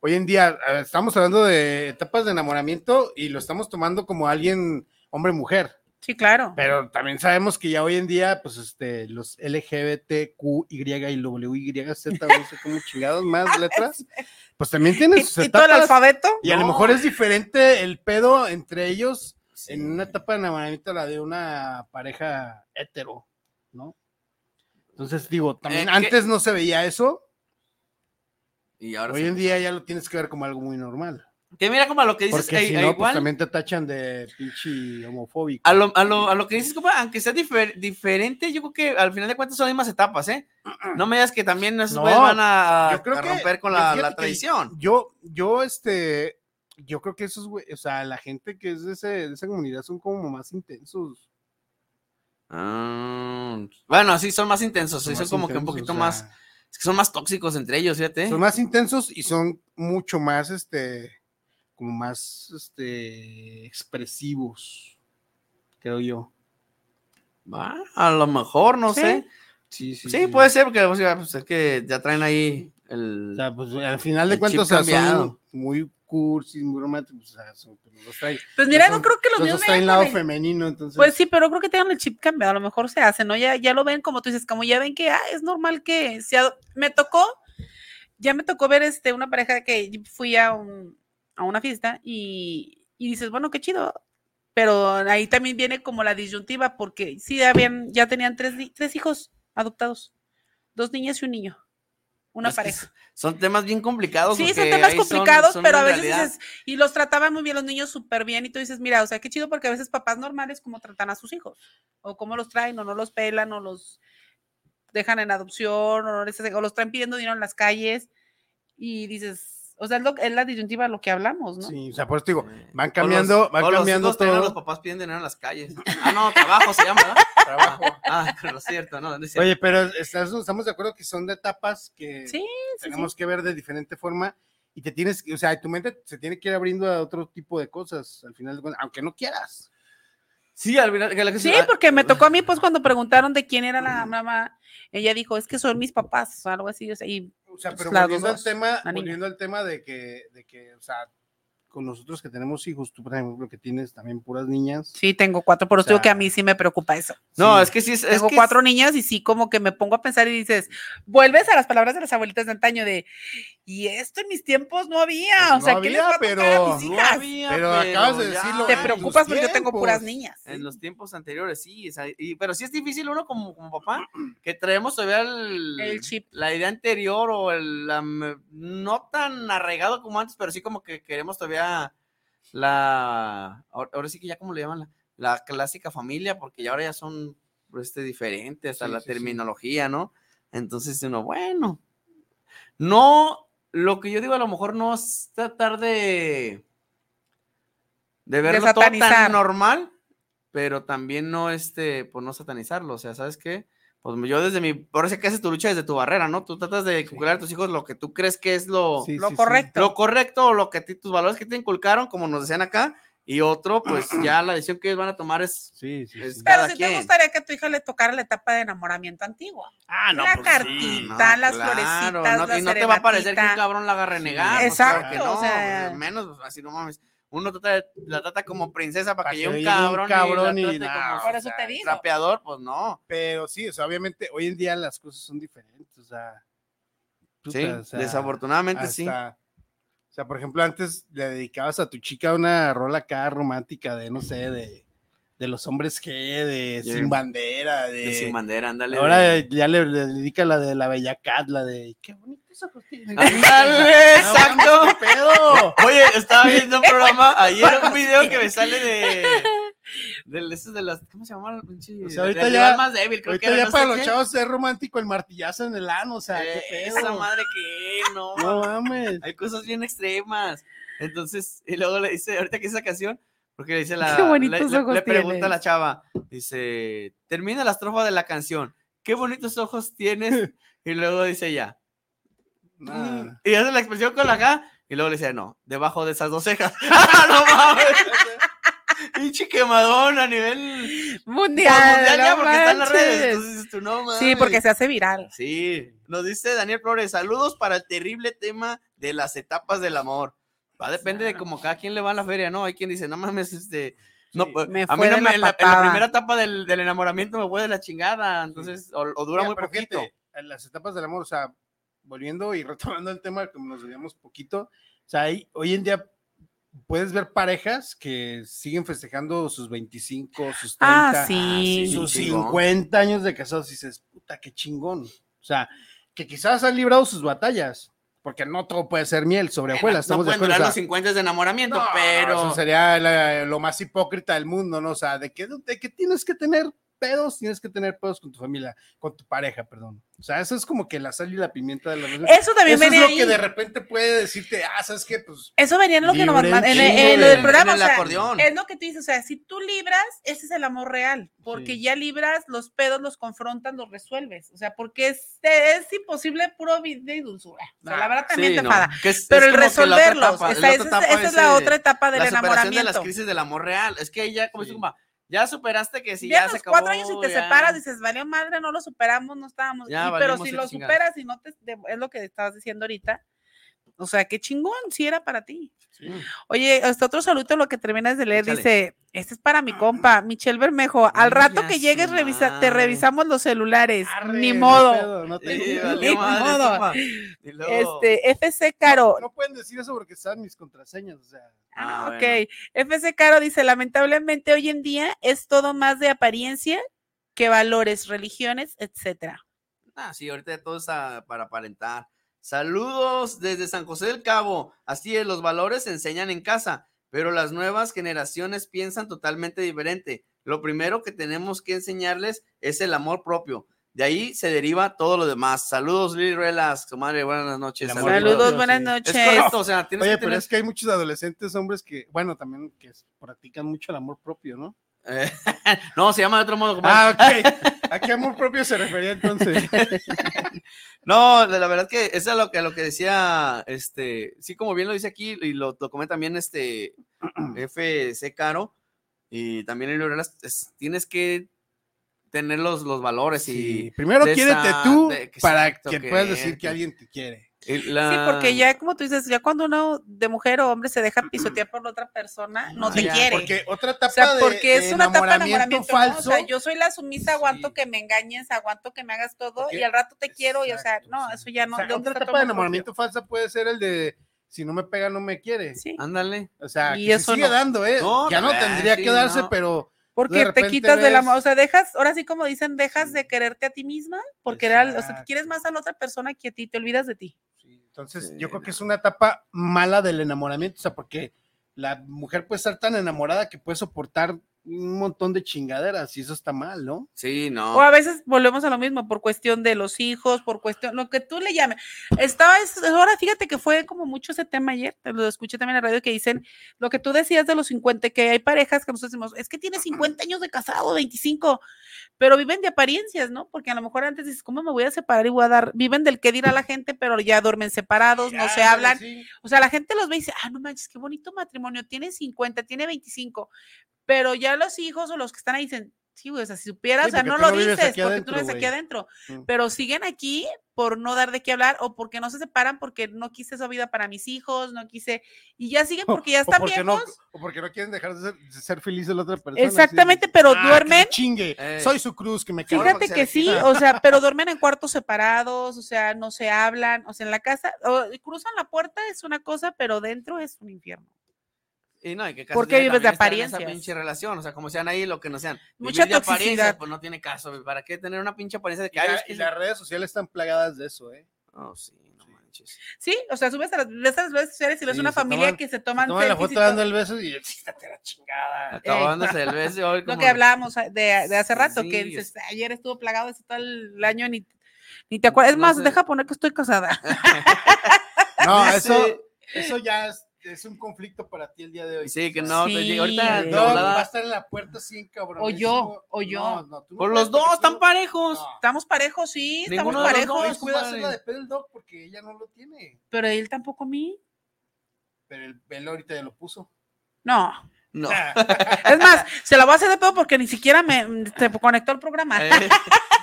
hoy en día a ver, estamos hablando de etapas de enamoramiento y lo estamos tomando como alguien hombre-mujer.
Sí, claro.
Pero también sabemos que ya hoy en día, pues, este, los LGBTQY y WYZ, no sé cómo chingados más letras, pues también tienen sus
¿Y, y todo el
etapas.
alfabeto?
Y a lo
No.
mejor es diferente el pedo entre ellos
Sí.
en una etapa de enamoramiento a la de una pareja hetero, ¿no? Entonces, digo, también
Eh, que-
antes no se veía eso,
Y ahora
hoy
sí.
en día ya lo tienes que ver como algo muy normal.
Que mira como a lo que dices,
Porque
eh,
si
eh,
no, pues
igual,
también te tachan de pinche homofóbico.
a, lo, a, lo, a lo que dices, compa, aunque sea difer- diferente, yo creo que al final de cuentas son las mismas etapas, ¿eh? No me digas que también esos
No,
güeyes van a,
yo creo
a
que-
romper con la,
fíjate
la
que
tradición.
Yo, yo, este, yo creo que esos, güey, o sea, la gente que es de, ese- de esa comunidad son como más intensos.
Ah, bueno, sí, son más intensos, sí, son,
más
como que un
intensos,
poquito
o sea,
más, es que son más tóxicos entre ellos, fíjate. ¿eh?
Son más intensos y son mucho más, este, como más, este, expresivos, creo yo.
Va, a lo mejor, no
Sí.
sé.
Sí,
Sí, puede ser, porque pues, ya, pues, es que ya traen ahí el...
O sea, pues al final de
El chip
cuentas, o sea, son
cambiado.
muy cursis, muy románticos, o sea, son- pero los traen-
Pues mira,
los-
no creo que los míos
los traen
vayan
lado
con el-
femenino, entonces.
Pues sí, pero creo que tengan el chip cambiado, a lo mejor se hace, ¿no? Ya, ya lo ven como tú dices, como ya ven que ah, es normal que se ado- me tocó, ya me tocó ver este una pareja que fui a un- a una fiesta y, y dices, bueno, qué chido. Pero ahí también viene como la disyuntiva, porque sí habían, ya tenían tres, ni- tres hijos adoptados, dos niñas y un niño, una
Es que
pareja.
Son temas bien complicados.
Sí, son
porque
temas
ahí son-
complicados,
son
pero a
una
veces
realidad.
dices, y los trataban muy bien los niños súper bien, y tú dices, mira, o sea, qué chido porque a veces papás normales como tratan a sus hijos, o cómo los traen, o no los pelan, o los dejan en adopción, o, no les hacen- o los traen pidiendo dinero en las calles, y dices, o sea, es, lo- es la disyuntiva de lo que hablamos, pues, ¿no?
Sí, o sea, por eso te digo,
Sí.
van
O
cambiando-
los-
van
o los
cambiando
hijos traen a
todo.
Los papás piden dinero en las calles. Ah, no, trabajo se llama, ¿verdad?
trabajo.
Ah, pero es cierto, no, no es cierto.
Oye, pero estás- estamos de acuerdo que son de etapas que
Este Sí, sí, sí.
tenemos que ver de diferente forma y te tienes, que- o sea, tu mente se tiene que ir abriendo a otro tipo de cosas al final, de cuentas, aunque no quieras.
Sí, al final. que la que-
Sí, porque me tocó a mí, pues, cuando preguntaron de quién era la mamá, ella dijo, es que son mis papás, o algo así, o sea, y
O sea,
Pues
pero
las
volviendo al
dos,
tema,
la niña.
volviendo al tema de que, de que, o sea, con nosotros que tenemos hijos, tú por ejemplo que tienes también puras niñas.
sí, tengo cuatro, pero
O
os digo que
sea,
a mí sí me preocupa eso.
No,
Sí.
es que sí, es, es
Tengo
que
cuatro niñas y sí, como que me pongo a pensar y dices, vuelves a las palabras de las abuelitas de antaño de, y esto en mis tiempos no había,
Pues
o sea,
no
¿qué
había,
les va a tocar
pero
a mis
no
hijas?
había,
Pero acabas de
ya.
decirlo, ¿eh?
Te
en
preocupas
tus
porque yo tengo puras
tiempos.
niñas.
En los tiempos anteriores, sí. o sea, y- pero sí es difícil uno como, como papá, que traemos todavía el,
El chip.
la idea anterior o el, la me- no tan arraigado como antes, pero sí como que queremos todavía la, ahora ahora sí que ya como le llaman, la, la clásica familia, porque ya ahora ya son este, diferentes, hasta
Sí,
la
sí, sí.
terminología, ¿no? Entonces uno, bueno, no, lo que yo digo a lo mejor no es tratar de de verlo todo tan
satanizar.
normal, pero también no este, pues no satanizarlo, o sea, ¿sabes qué? Pues yo desde mi, por eso que haces tu lucha desde tu barrera, ¿no? Tú tratas de inculcar a tus hijos lo que tú crees que es lo,
Sí,
lo
sí, sí.
correcto.
lo correcto o lo que a ti- tus valores que te inculcaron, como nos decían acá, y otro, pues ya la decisión que ellos van a tomar es
Sí, sí, sí.
Es-
Pero
cada
si te
quien.
gustaría que a tu hija le tocara la etapa de enamoramiento antigua.
Ah,
la
pues
cartita,
sí,
no,
las florecitas,
no,
la
y no te va a parecer que un
serenatita.
cabrón la haga renegar.
Sí,
pues, claro
exacto,
que no,
o sea.
menos, pues, así no mames. uno trata de- la trata como princesa para,
Para
que
que
llegue un
llegue un
cabrón,
cabrón
y,
y
la trate
nada.
como,
Por
o
eso
sea,
te digo.
trapeador, pues no.
Pero sí, o sea, obviamente hoy en día las cosas son diferentes. O sea, puta,
Sí,
o sea,
desafortunadamente sí.
hasta- O sea, por ejemplo, antes le dedicabas a tu chica una rola acá romántica de, no sé, de, de los hombres G, de
Sí.
Sin Bandera, de...
De sin bandera, ándale.
Ahora
de-
ya le, le dedica la de la Bella Cat, la de... ¡Qué bonitos ojos tienes!
Ah,
Ah,
Ándale,
No, mames,
exacto.
¿qué pedo!
Oye, estaba viendo un programa, ayer un video que me sale de. Del, ese de las, ¿Cómo se llama? Pinche,
O sea, ahorita
del rival
ya-
más débil, creo que
Ahorita
era,
ya
no sé
para los
qué.
chavos es romántico el martillazo en el ano, o sea,
Eh,
qué pedo.
esa madre que no.
No mames.
Hay cosas bien extremas. Entonces, y luego le dice, ahorita que esa canción, porque le dice la.
Qué bonitos
le- le,
ojos
le pregunta a la
tienes.
chava, dice, termina la estrofa de la canción. Qué bonitos ojos tienes. Y luego dice ya.
Nah.
Y hace la expresión con la K. Y luego le dice, no, debajo de esas dos cejas. ¡Ah, no mames! Pinche quemadón a nivel
Mundial.
mundial ya,
no
porque está en las redes.
manches.
Entonces dices tú, no mames.
Sí, porque se hace viral.
Sí, nos dice Daniel Flores, saludos para el terrible tema de las etapas del amor. Va, depende de como cada quien le va a la feria, ¿no? Hay quien dice, no mames, este, no,
Sí.
pues,
Me
a mí
fue
no
de
me-
la
en, la, en la
papada.
primera etapa del, del enamoramiento me fue de la chingada, entonces, o, o dura
Mira,
muy
pero
poquito.
fíjate, en las etapas del amor, o sea, volviendo y retomando el tema que nos veíamos poquito, o sea, hay- hoy en día puedes ver parejas que siguen festejando sus 25, sus 30,
Ah, sí.
sí.
sus
chingón.
50 años de casados y dices, puta, qué chingón. O sea, que quizás han librado sus batallas, porque no todo puede ser miel sobre
Bueno,
hojuelas,
no
estamos de
pueden
acuerdo.
durar
o sea,
los 50 de enamoramiento,
no,
pero...
eso sería la- lo más hipócrita del mundo, ¿no? O sea, de que, de que tienes que tener pedos, tienes que tener pedos con tu familia, con tu pareja, perdón. O sea, eso es como que la sal y la pimienta de la relación.
Eso también
Eso es
venía
lo
ahí.
que de repente puede decirte, ah, ¿sabes qué? Pues
Eso venía en lo que
Libre
nos
un
man- en, en
chingo
lo del
de-
programa.
en el
o sea,
acordeón.
es lo que tú dices, o sea, si tú libras, ese es el amor real, porque
Sí.
ya libras, los pedos los confrontas, los resuelves, o sea, porque es, es imposible puro vida y dulzura. O sea, la verdad también
Ah, Sí,
te
no,
enfada.
que es-
Pero
es como
el
que la otra
resolverlos,
etapa,
o
la
sea,
otra
esa es-
etapa
esa es la
ese-
otra etapa del
la superación de las
enamoramiento.
crisis del amor real, es que ya, como
Sí.
dice tu compa, ya superaste que si
Ya
ya
a
se
los
acabó.
cuatro años si te
ya.
separas, dices, valió madre, no lo superamos, no estábamos.
Ya
y- pero
valimos
si
y
lo
chingada.
superas y no te, de- es lo que estabas diciendo ahorita, o sea, qué chingón, si era para ti.
Sí.
Oye, hasta otro saludo, lo que terminas de leer
Échale.
dice, este es para mi compa, Michelle Bermejo, al rato
Mira
que
su
llegues revisa- te
madre.
revisamos los celulares,
arre,
ni
no
modo.
pedo, no te-
Sí,
Ni
valió madre,
modo.
compa. Y luego-
Este, FC Caro.
No pueden decir eso porque están mis contraseñas, o sea.
Ah,
Ah, ok.
bueno.
FC Caro dice, lamentablemente hoy en día es todo más de apariencia que valores, religiones, etcétera.
Ah, sí, ahorita todo es a- para aparentar. Saludos desde San José del Cabo. Así es, los valores se enseñan en casa, pero las nuevas generaciones piensan totalmente diferente. Lo primero que tenemos que enseñarles es el amor propio. De ahí se deriva todo lo demás. Saludos, Lili Ruelas, comadre, buenas noches.
El amor
Saludos,
propio,
buenas
sí.
Es
noches.
correcto, o sea, tienes
Oye,
que
pero
tener...
es que hay muchos adolescentes hombres que, bueno, también que practican mucho el amor propio, ¿no?
Eh, no, se llama de otro modo, comadre.
Ah, ok. ¿A qué amor propio se refería entonces?
No, la la verdad que eso es lo que, lo que decía, este, sí, como bien lo dice aquí, y lo, lo comenta también este FC Caro, y también en Lorelas, es- tienes que tener los, los valores
Sí,
y,
primero
de esa-
quiérete tú
de- que
para
exacto,
que
que-
puedas decir
que-
que alguien te quiere.
y
Sí,
la-
porque ya como tú dices, ya cuando uno de mujer o hombre se deja pisotear por la otra persona, no te
Sí,
quiere.
Porque otra
o
etapa
sea,
de,
porque
de
es una etapa de
enamoramiento
enamoramiento
falso.
falso. O sea, yo soy la sumisa, aguanto
Sí.
que me engañes, aguanto que me hagas todo
Porque-
y al rato te quiero y o sea,
Exacto,
no,
sí.
eso ya no.
O sea,
¿dónde
otra
está tu
etapa de
amor propio?
enamoramiento falsa puede ser el de si no me pega, no me quiere.
Sí,
Ándale.
O sea,
Y
que se
eso
sigue
no.
dando, ¿eh?
No,
ya no
también,
tendría
sí,
que darse,
no.
pero de
porque te
repente
quitas del amor,
ves-
o sea, dejas, ahora sí como dicen, dejas de quererte a ti misma, porque era, o sea, te
Exacto.
quieres más a la otra persona que a ti, te olvidas de ti.
Sí, Entonces,
Sí,
yo creo que es una etapa mala del enamoramiento, o sea, porque la mujer puede estar tan enamorada que puede soportar un montón de chingaderas y eso está mal, ¿no?
Sí, no.
O a veces volvemos a lo mismo, por cuestión de los hijos, por cuestión, lo que tú le llames. Estaba, es- ahora fíjate que fue como mucho ese tema ayer, te lo escuché también en la radio que dicen, lo que tú decías de los 50, que hay parejas que nosotros decimos, es que tiene 50 años de casado, 25, pero viven de apariencias, ¿no? Porque a lo mejor antes dices, ¿cómo me voy a separar y voy a dar? Viven del que dirá la gente, pero ya duermen separados, no se
Ya,
hablan.
sí.
O sea, la gente los ve y dice, ah, no manches, qué bonito matrimonio, tiene 50, tiene 25, pero ya los hijos o los que están ahí dicen, Sí, güey, o sea, si supieras,
Sí,
o sea,
porque
no
tú
lo
no vives
dices
aquí
porque tú
adentro,
no eres aquí
güey.
adentro,
Mm.
pero siguen aquí por no dar de qué hablar o porque no se separan porque no quise esa vida para mis hijos, no quise, y ya siguen porque ya
O
están
porque, no,
viejos.
o porque no quieren dejar de ser, de ser feliz de la otra persona.
Exactamente,
así de,
pero
"Ah, que
duermen-
se Chingue,
Eh.
soy su cruz que me cae.
Ahora
Fíjate
porque se
que
le
sí,
quita.
o sea, pero duermen en cuartos separados, o sea, no se hablan, o sea, en la casa, o cruzan la puerta es una cosa, pero dentro es un infierno.
Y no, y que
¿Por qué
tiene
vives de
también estar en Esa
apariencias?
pinche relación, o sea, como sean ahí lo que no sean.
Mucha
Vivir de apariencias,
toxicidad.
Pues no tiene caso, güey, ¿para qué tener una pinche apariencia de
Y,
que ay,
la-
es que
y las redes sociales están plagadas de eso, ¿eh?
No, sí, no manches.
Sí, o sea, subes a las, ves a las redes sociales y ves
Sí,
una
se
familia
toman-
que se
Se
toman
Toman la
selfies y
foto dando
todo.
el beso y quítate la chingada.
Acabándose el beso. hoy
Eh, lo
como-
que hablábamos de, de hace rato,
Sí,
que
o
dices, ayer estuvo plagado ese todo el año, ni, ni te acuerdas. Es
No
más,
sé.
deja poner que estoy casada.
No,
Dice-
eso, eso ya es, es un conflicto para ti el día de hoy.
Sí, que no, te
Sí,
digo, ahorita
güey.
de
No, va a
volada-
estar en la puerta sin cabrón.
O yo, o yo.
Por los dos, están parejos.
No.
Estamos parejos, sí, estamos
Ninguno de los
parejos,
dos,
No puede hacer la
compadre.
de pedo el dog porque ella no lo tiene.
pero él tampoco a mí.
Pero el pelo ahorita ya lo puso.
No.
No.
Es más, se la voy a hacer de pedo porque ni siquiera me se conectó al programa.
Eh,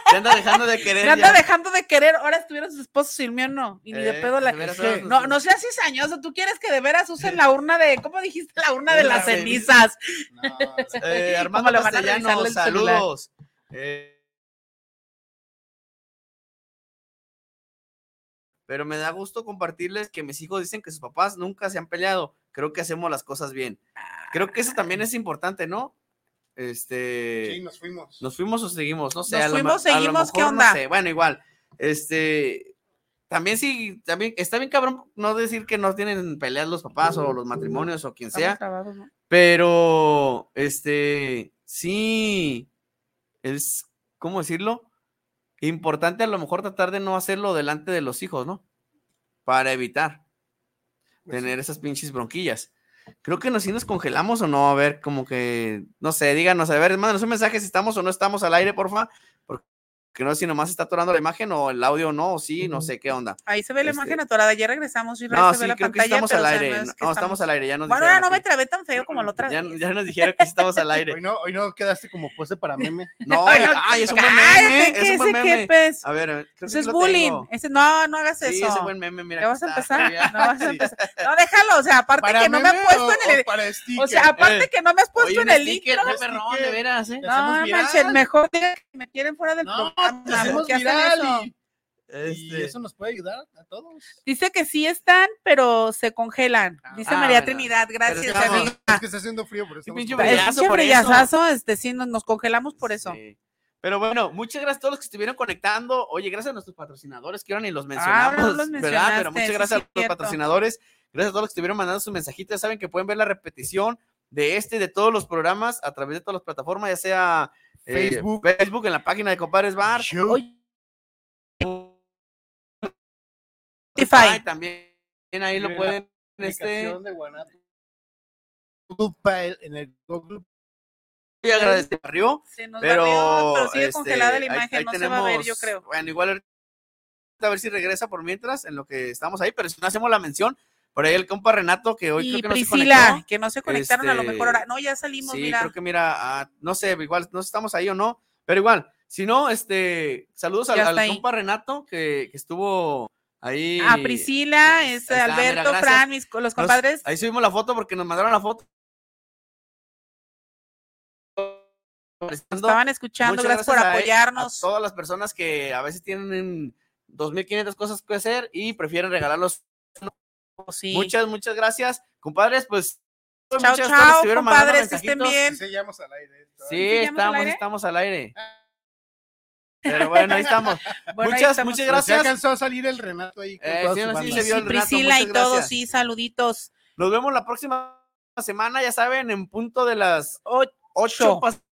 te anda dejando de querer.
me anda
ya.
dejando de querer. Ahora estuvieron sus esposos y el mío no. Y ni de
Eh,
pedo la.
de veras,
Sí.
ahora sus-
No, no seas cizañoso. Tú quieres que de veras usen la urna de. ¿Cómo dijiste? La urna
De
de las
las
cenizas.
No, la-
Eh,
¿Cómo
Armando
le van a revisarle
Castellanos,
el celular?
saludos. Eh, pero me da gusto compartirles que mis hijos dicen que sus papás nunca se han peleado. Creo que hacemos las cosas bien. Creo que eso también
Ah.
es importante, ¿no? Este.
sí, nos fuimos.
¿Nos fuimos o seguimos? No sé.
Nos
a lo ma-
fuimos,
a lo
seguimos, ¿qué
mejor,
onda?
No sé. Bueno, igual. Este. También sí, también está bien cabrón no decir que no tienen peleas los papás o los matrimonios o quien sea,
Estamos trabados, ¿no?
pero este sí es ¿cómo decirlo? Importante a lo mejor tratar de no hacerlo delante de los hijos, ¿no? Para evitar
Pues
tener esas pinches bronquillas. Creo que nos, sí nos congelamos o no, a ver, como que, no sé, díganos, a ver, mándanos un mensaje si estamos o no estamos al aire, porfa, porque no sé si nomás está atorando la imagen o el audio no, o sí, no sé qué onda.
Ahí se ve la
Este-
imagen atorada. Ya regresamos. y
No,
se
sí,
ve la
creo que sí
pantalla,
estamos
pero,
al
o sea,
aire,
no
no,
es que
no, estamos al aire, ya nos
Bueno, ahora
dijeron
no me
aquí.
trabé tan feo como la otra
ya,
vez.
ya nos dijeron que sí estamos al aire.
Hoy no, hoy no quedaste como pose para meme.
No,
Ay, no,
ay, es un buen
cállate,
meme.
que
Es un buen
ese que
meme.
pez.
A ver, a ver, creo que
Eso
sí
es
lo
bullying.
tengo.
Ese- no, no hagas
Sí,
eso.
ese buen meme, mira.
¿Ya
aquí
vas a
está,
empezar?
mira.
No vas a
Sí.
empezar. No, déjalo. O sea, aparte que no me has
meme
puesto
o-
en el.
o para sticker?
O sea, aparte
Eh,
que no me has
Oye,
puesto
un
en el
sticker,
intro.
qué perrón, de
sticker.
veras, ¿eh?
Te hacemos
No,
viral.
manches, mejor diga que me quieren fuera del
No,
programa.
pues,
te hacemos
¿por qué hacen eso?
viral y- y,
Este,
eso nos puede ayudar a todos.
Dice que sí están, pero se congelan. Dice
Ah,
María
bueno.
Trinidad, gracias,
Pero estamos-
amiga.
Es que está haciendo frío, pero estamos
pinche
con-
brillazo
El pinche
por eso.
brillazazo, este, sí, nos, nos congelamos por eso.
sí. Pero bueno, muchas gracias a todos los que estuvieron conectando. Oye, gracias a nuestros patrocinadores, que ahora ni los mencionamos,
Ah, ahora no los
¿verdad? Pero
mencionaste,
muchas
sí,
gracias
sí,
a los
cierto.
patrocinadores. Gracias a todos los que estuvieron mandando sus mensajitos. Ya saben que pueden ver la repetición de este y de todos los programas a través de todas las plataformas, ya sea eh,
Facebook.
Facebook en la página de Compadres Bar,
Yo-
Spotify.
también ahí lo
Mira,
pueden este
aplicación de Guanatos. Google Pile, en el Google
y agradecer barrio,
Se nos
pero,
barrió, pero sigue
este,
congelada la
ahí-
imagen,
ahí
no se va a ver, yo
tenemos-
creo.
Bueno, igual ahorita a ver si regresa por mientras en lo que estamos ahí, pero si no hacemos la mención, por ahí el compa Renato que hoy
Y
creo que
Priscila,
no se conectó.
que no se conectaron a lo mejor
este,
ahora. No, ya salimos,
Sí,
mira.
creo que mira, ah, no sé, igual no sé si estamos ahí o no, pero igual, si no, este, saludos al,
Ya
al
está ahí.
compa Renato que, que estuvo ahí.
A Priscila, es
Ahí está, mira,
Alberto,
gracias.
Fran, mis, co- los
Nos-
compadres.
ahí subimos la foto porque nos mandaron la foto.
estaban escuchando,
Muchas
gracias, por
a-
apoyarnos.
A todas las personas que a veces tienen 2.500 cosas que hacer y prefieren regalarlos.
Pues Sí.
Muchas, muchas gracias. Compadres, pues.
chao,
muchas gracias a todos los que
chao,
estuvieron mandando
compadres, que estén
mensajitos.
bien.
Sí, llegamos al aire. ¿eh?
Sí,
¿Sí llegamos al
estamos,
aire? Ah.
estamos al aire. Pero bueno, ahí estamos.
Bueno, ahí
muchas,
estamos.
muchas
Pero sí
gracias.
alcanzó a salir el Renato ahí. con
Eh,
toda
sí,
su
ahora sí
banda.
se vio
Sí,
el Renato,
Priscila y
muchas gracias.
todos, sí, saluditos.
Nos vemos la próxima semana, ya saben, en punto de las 8
Ocho.
pasadas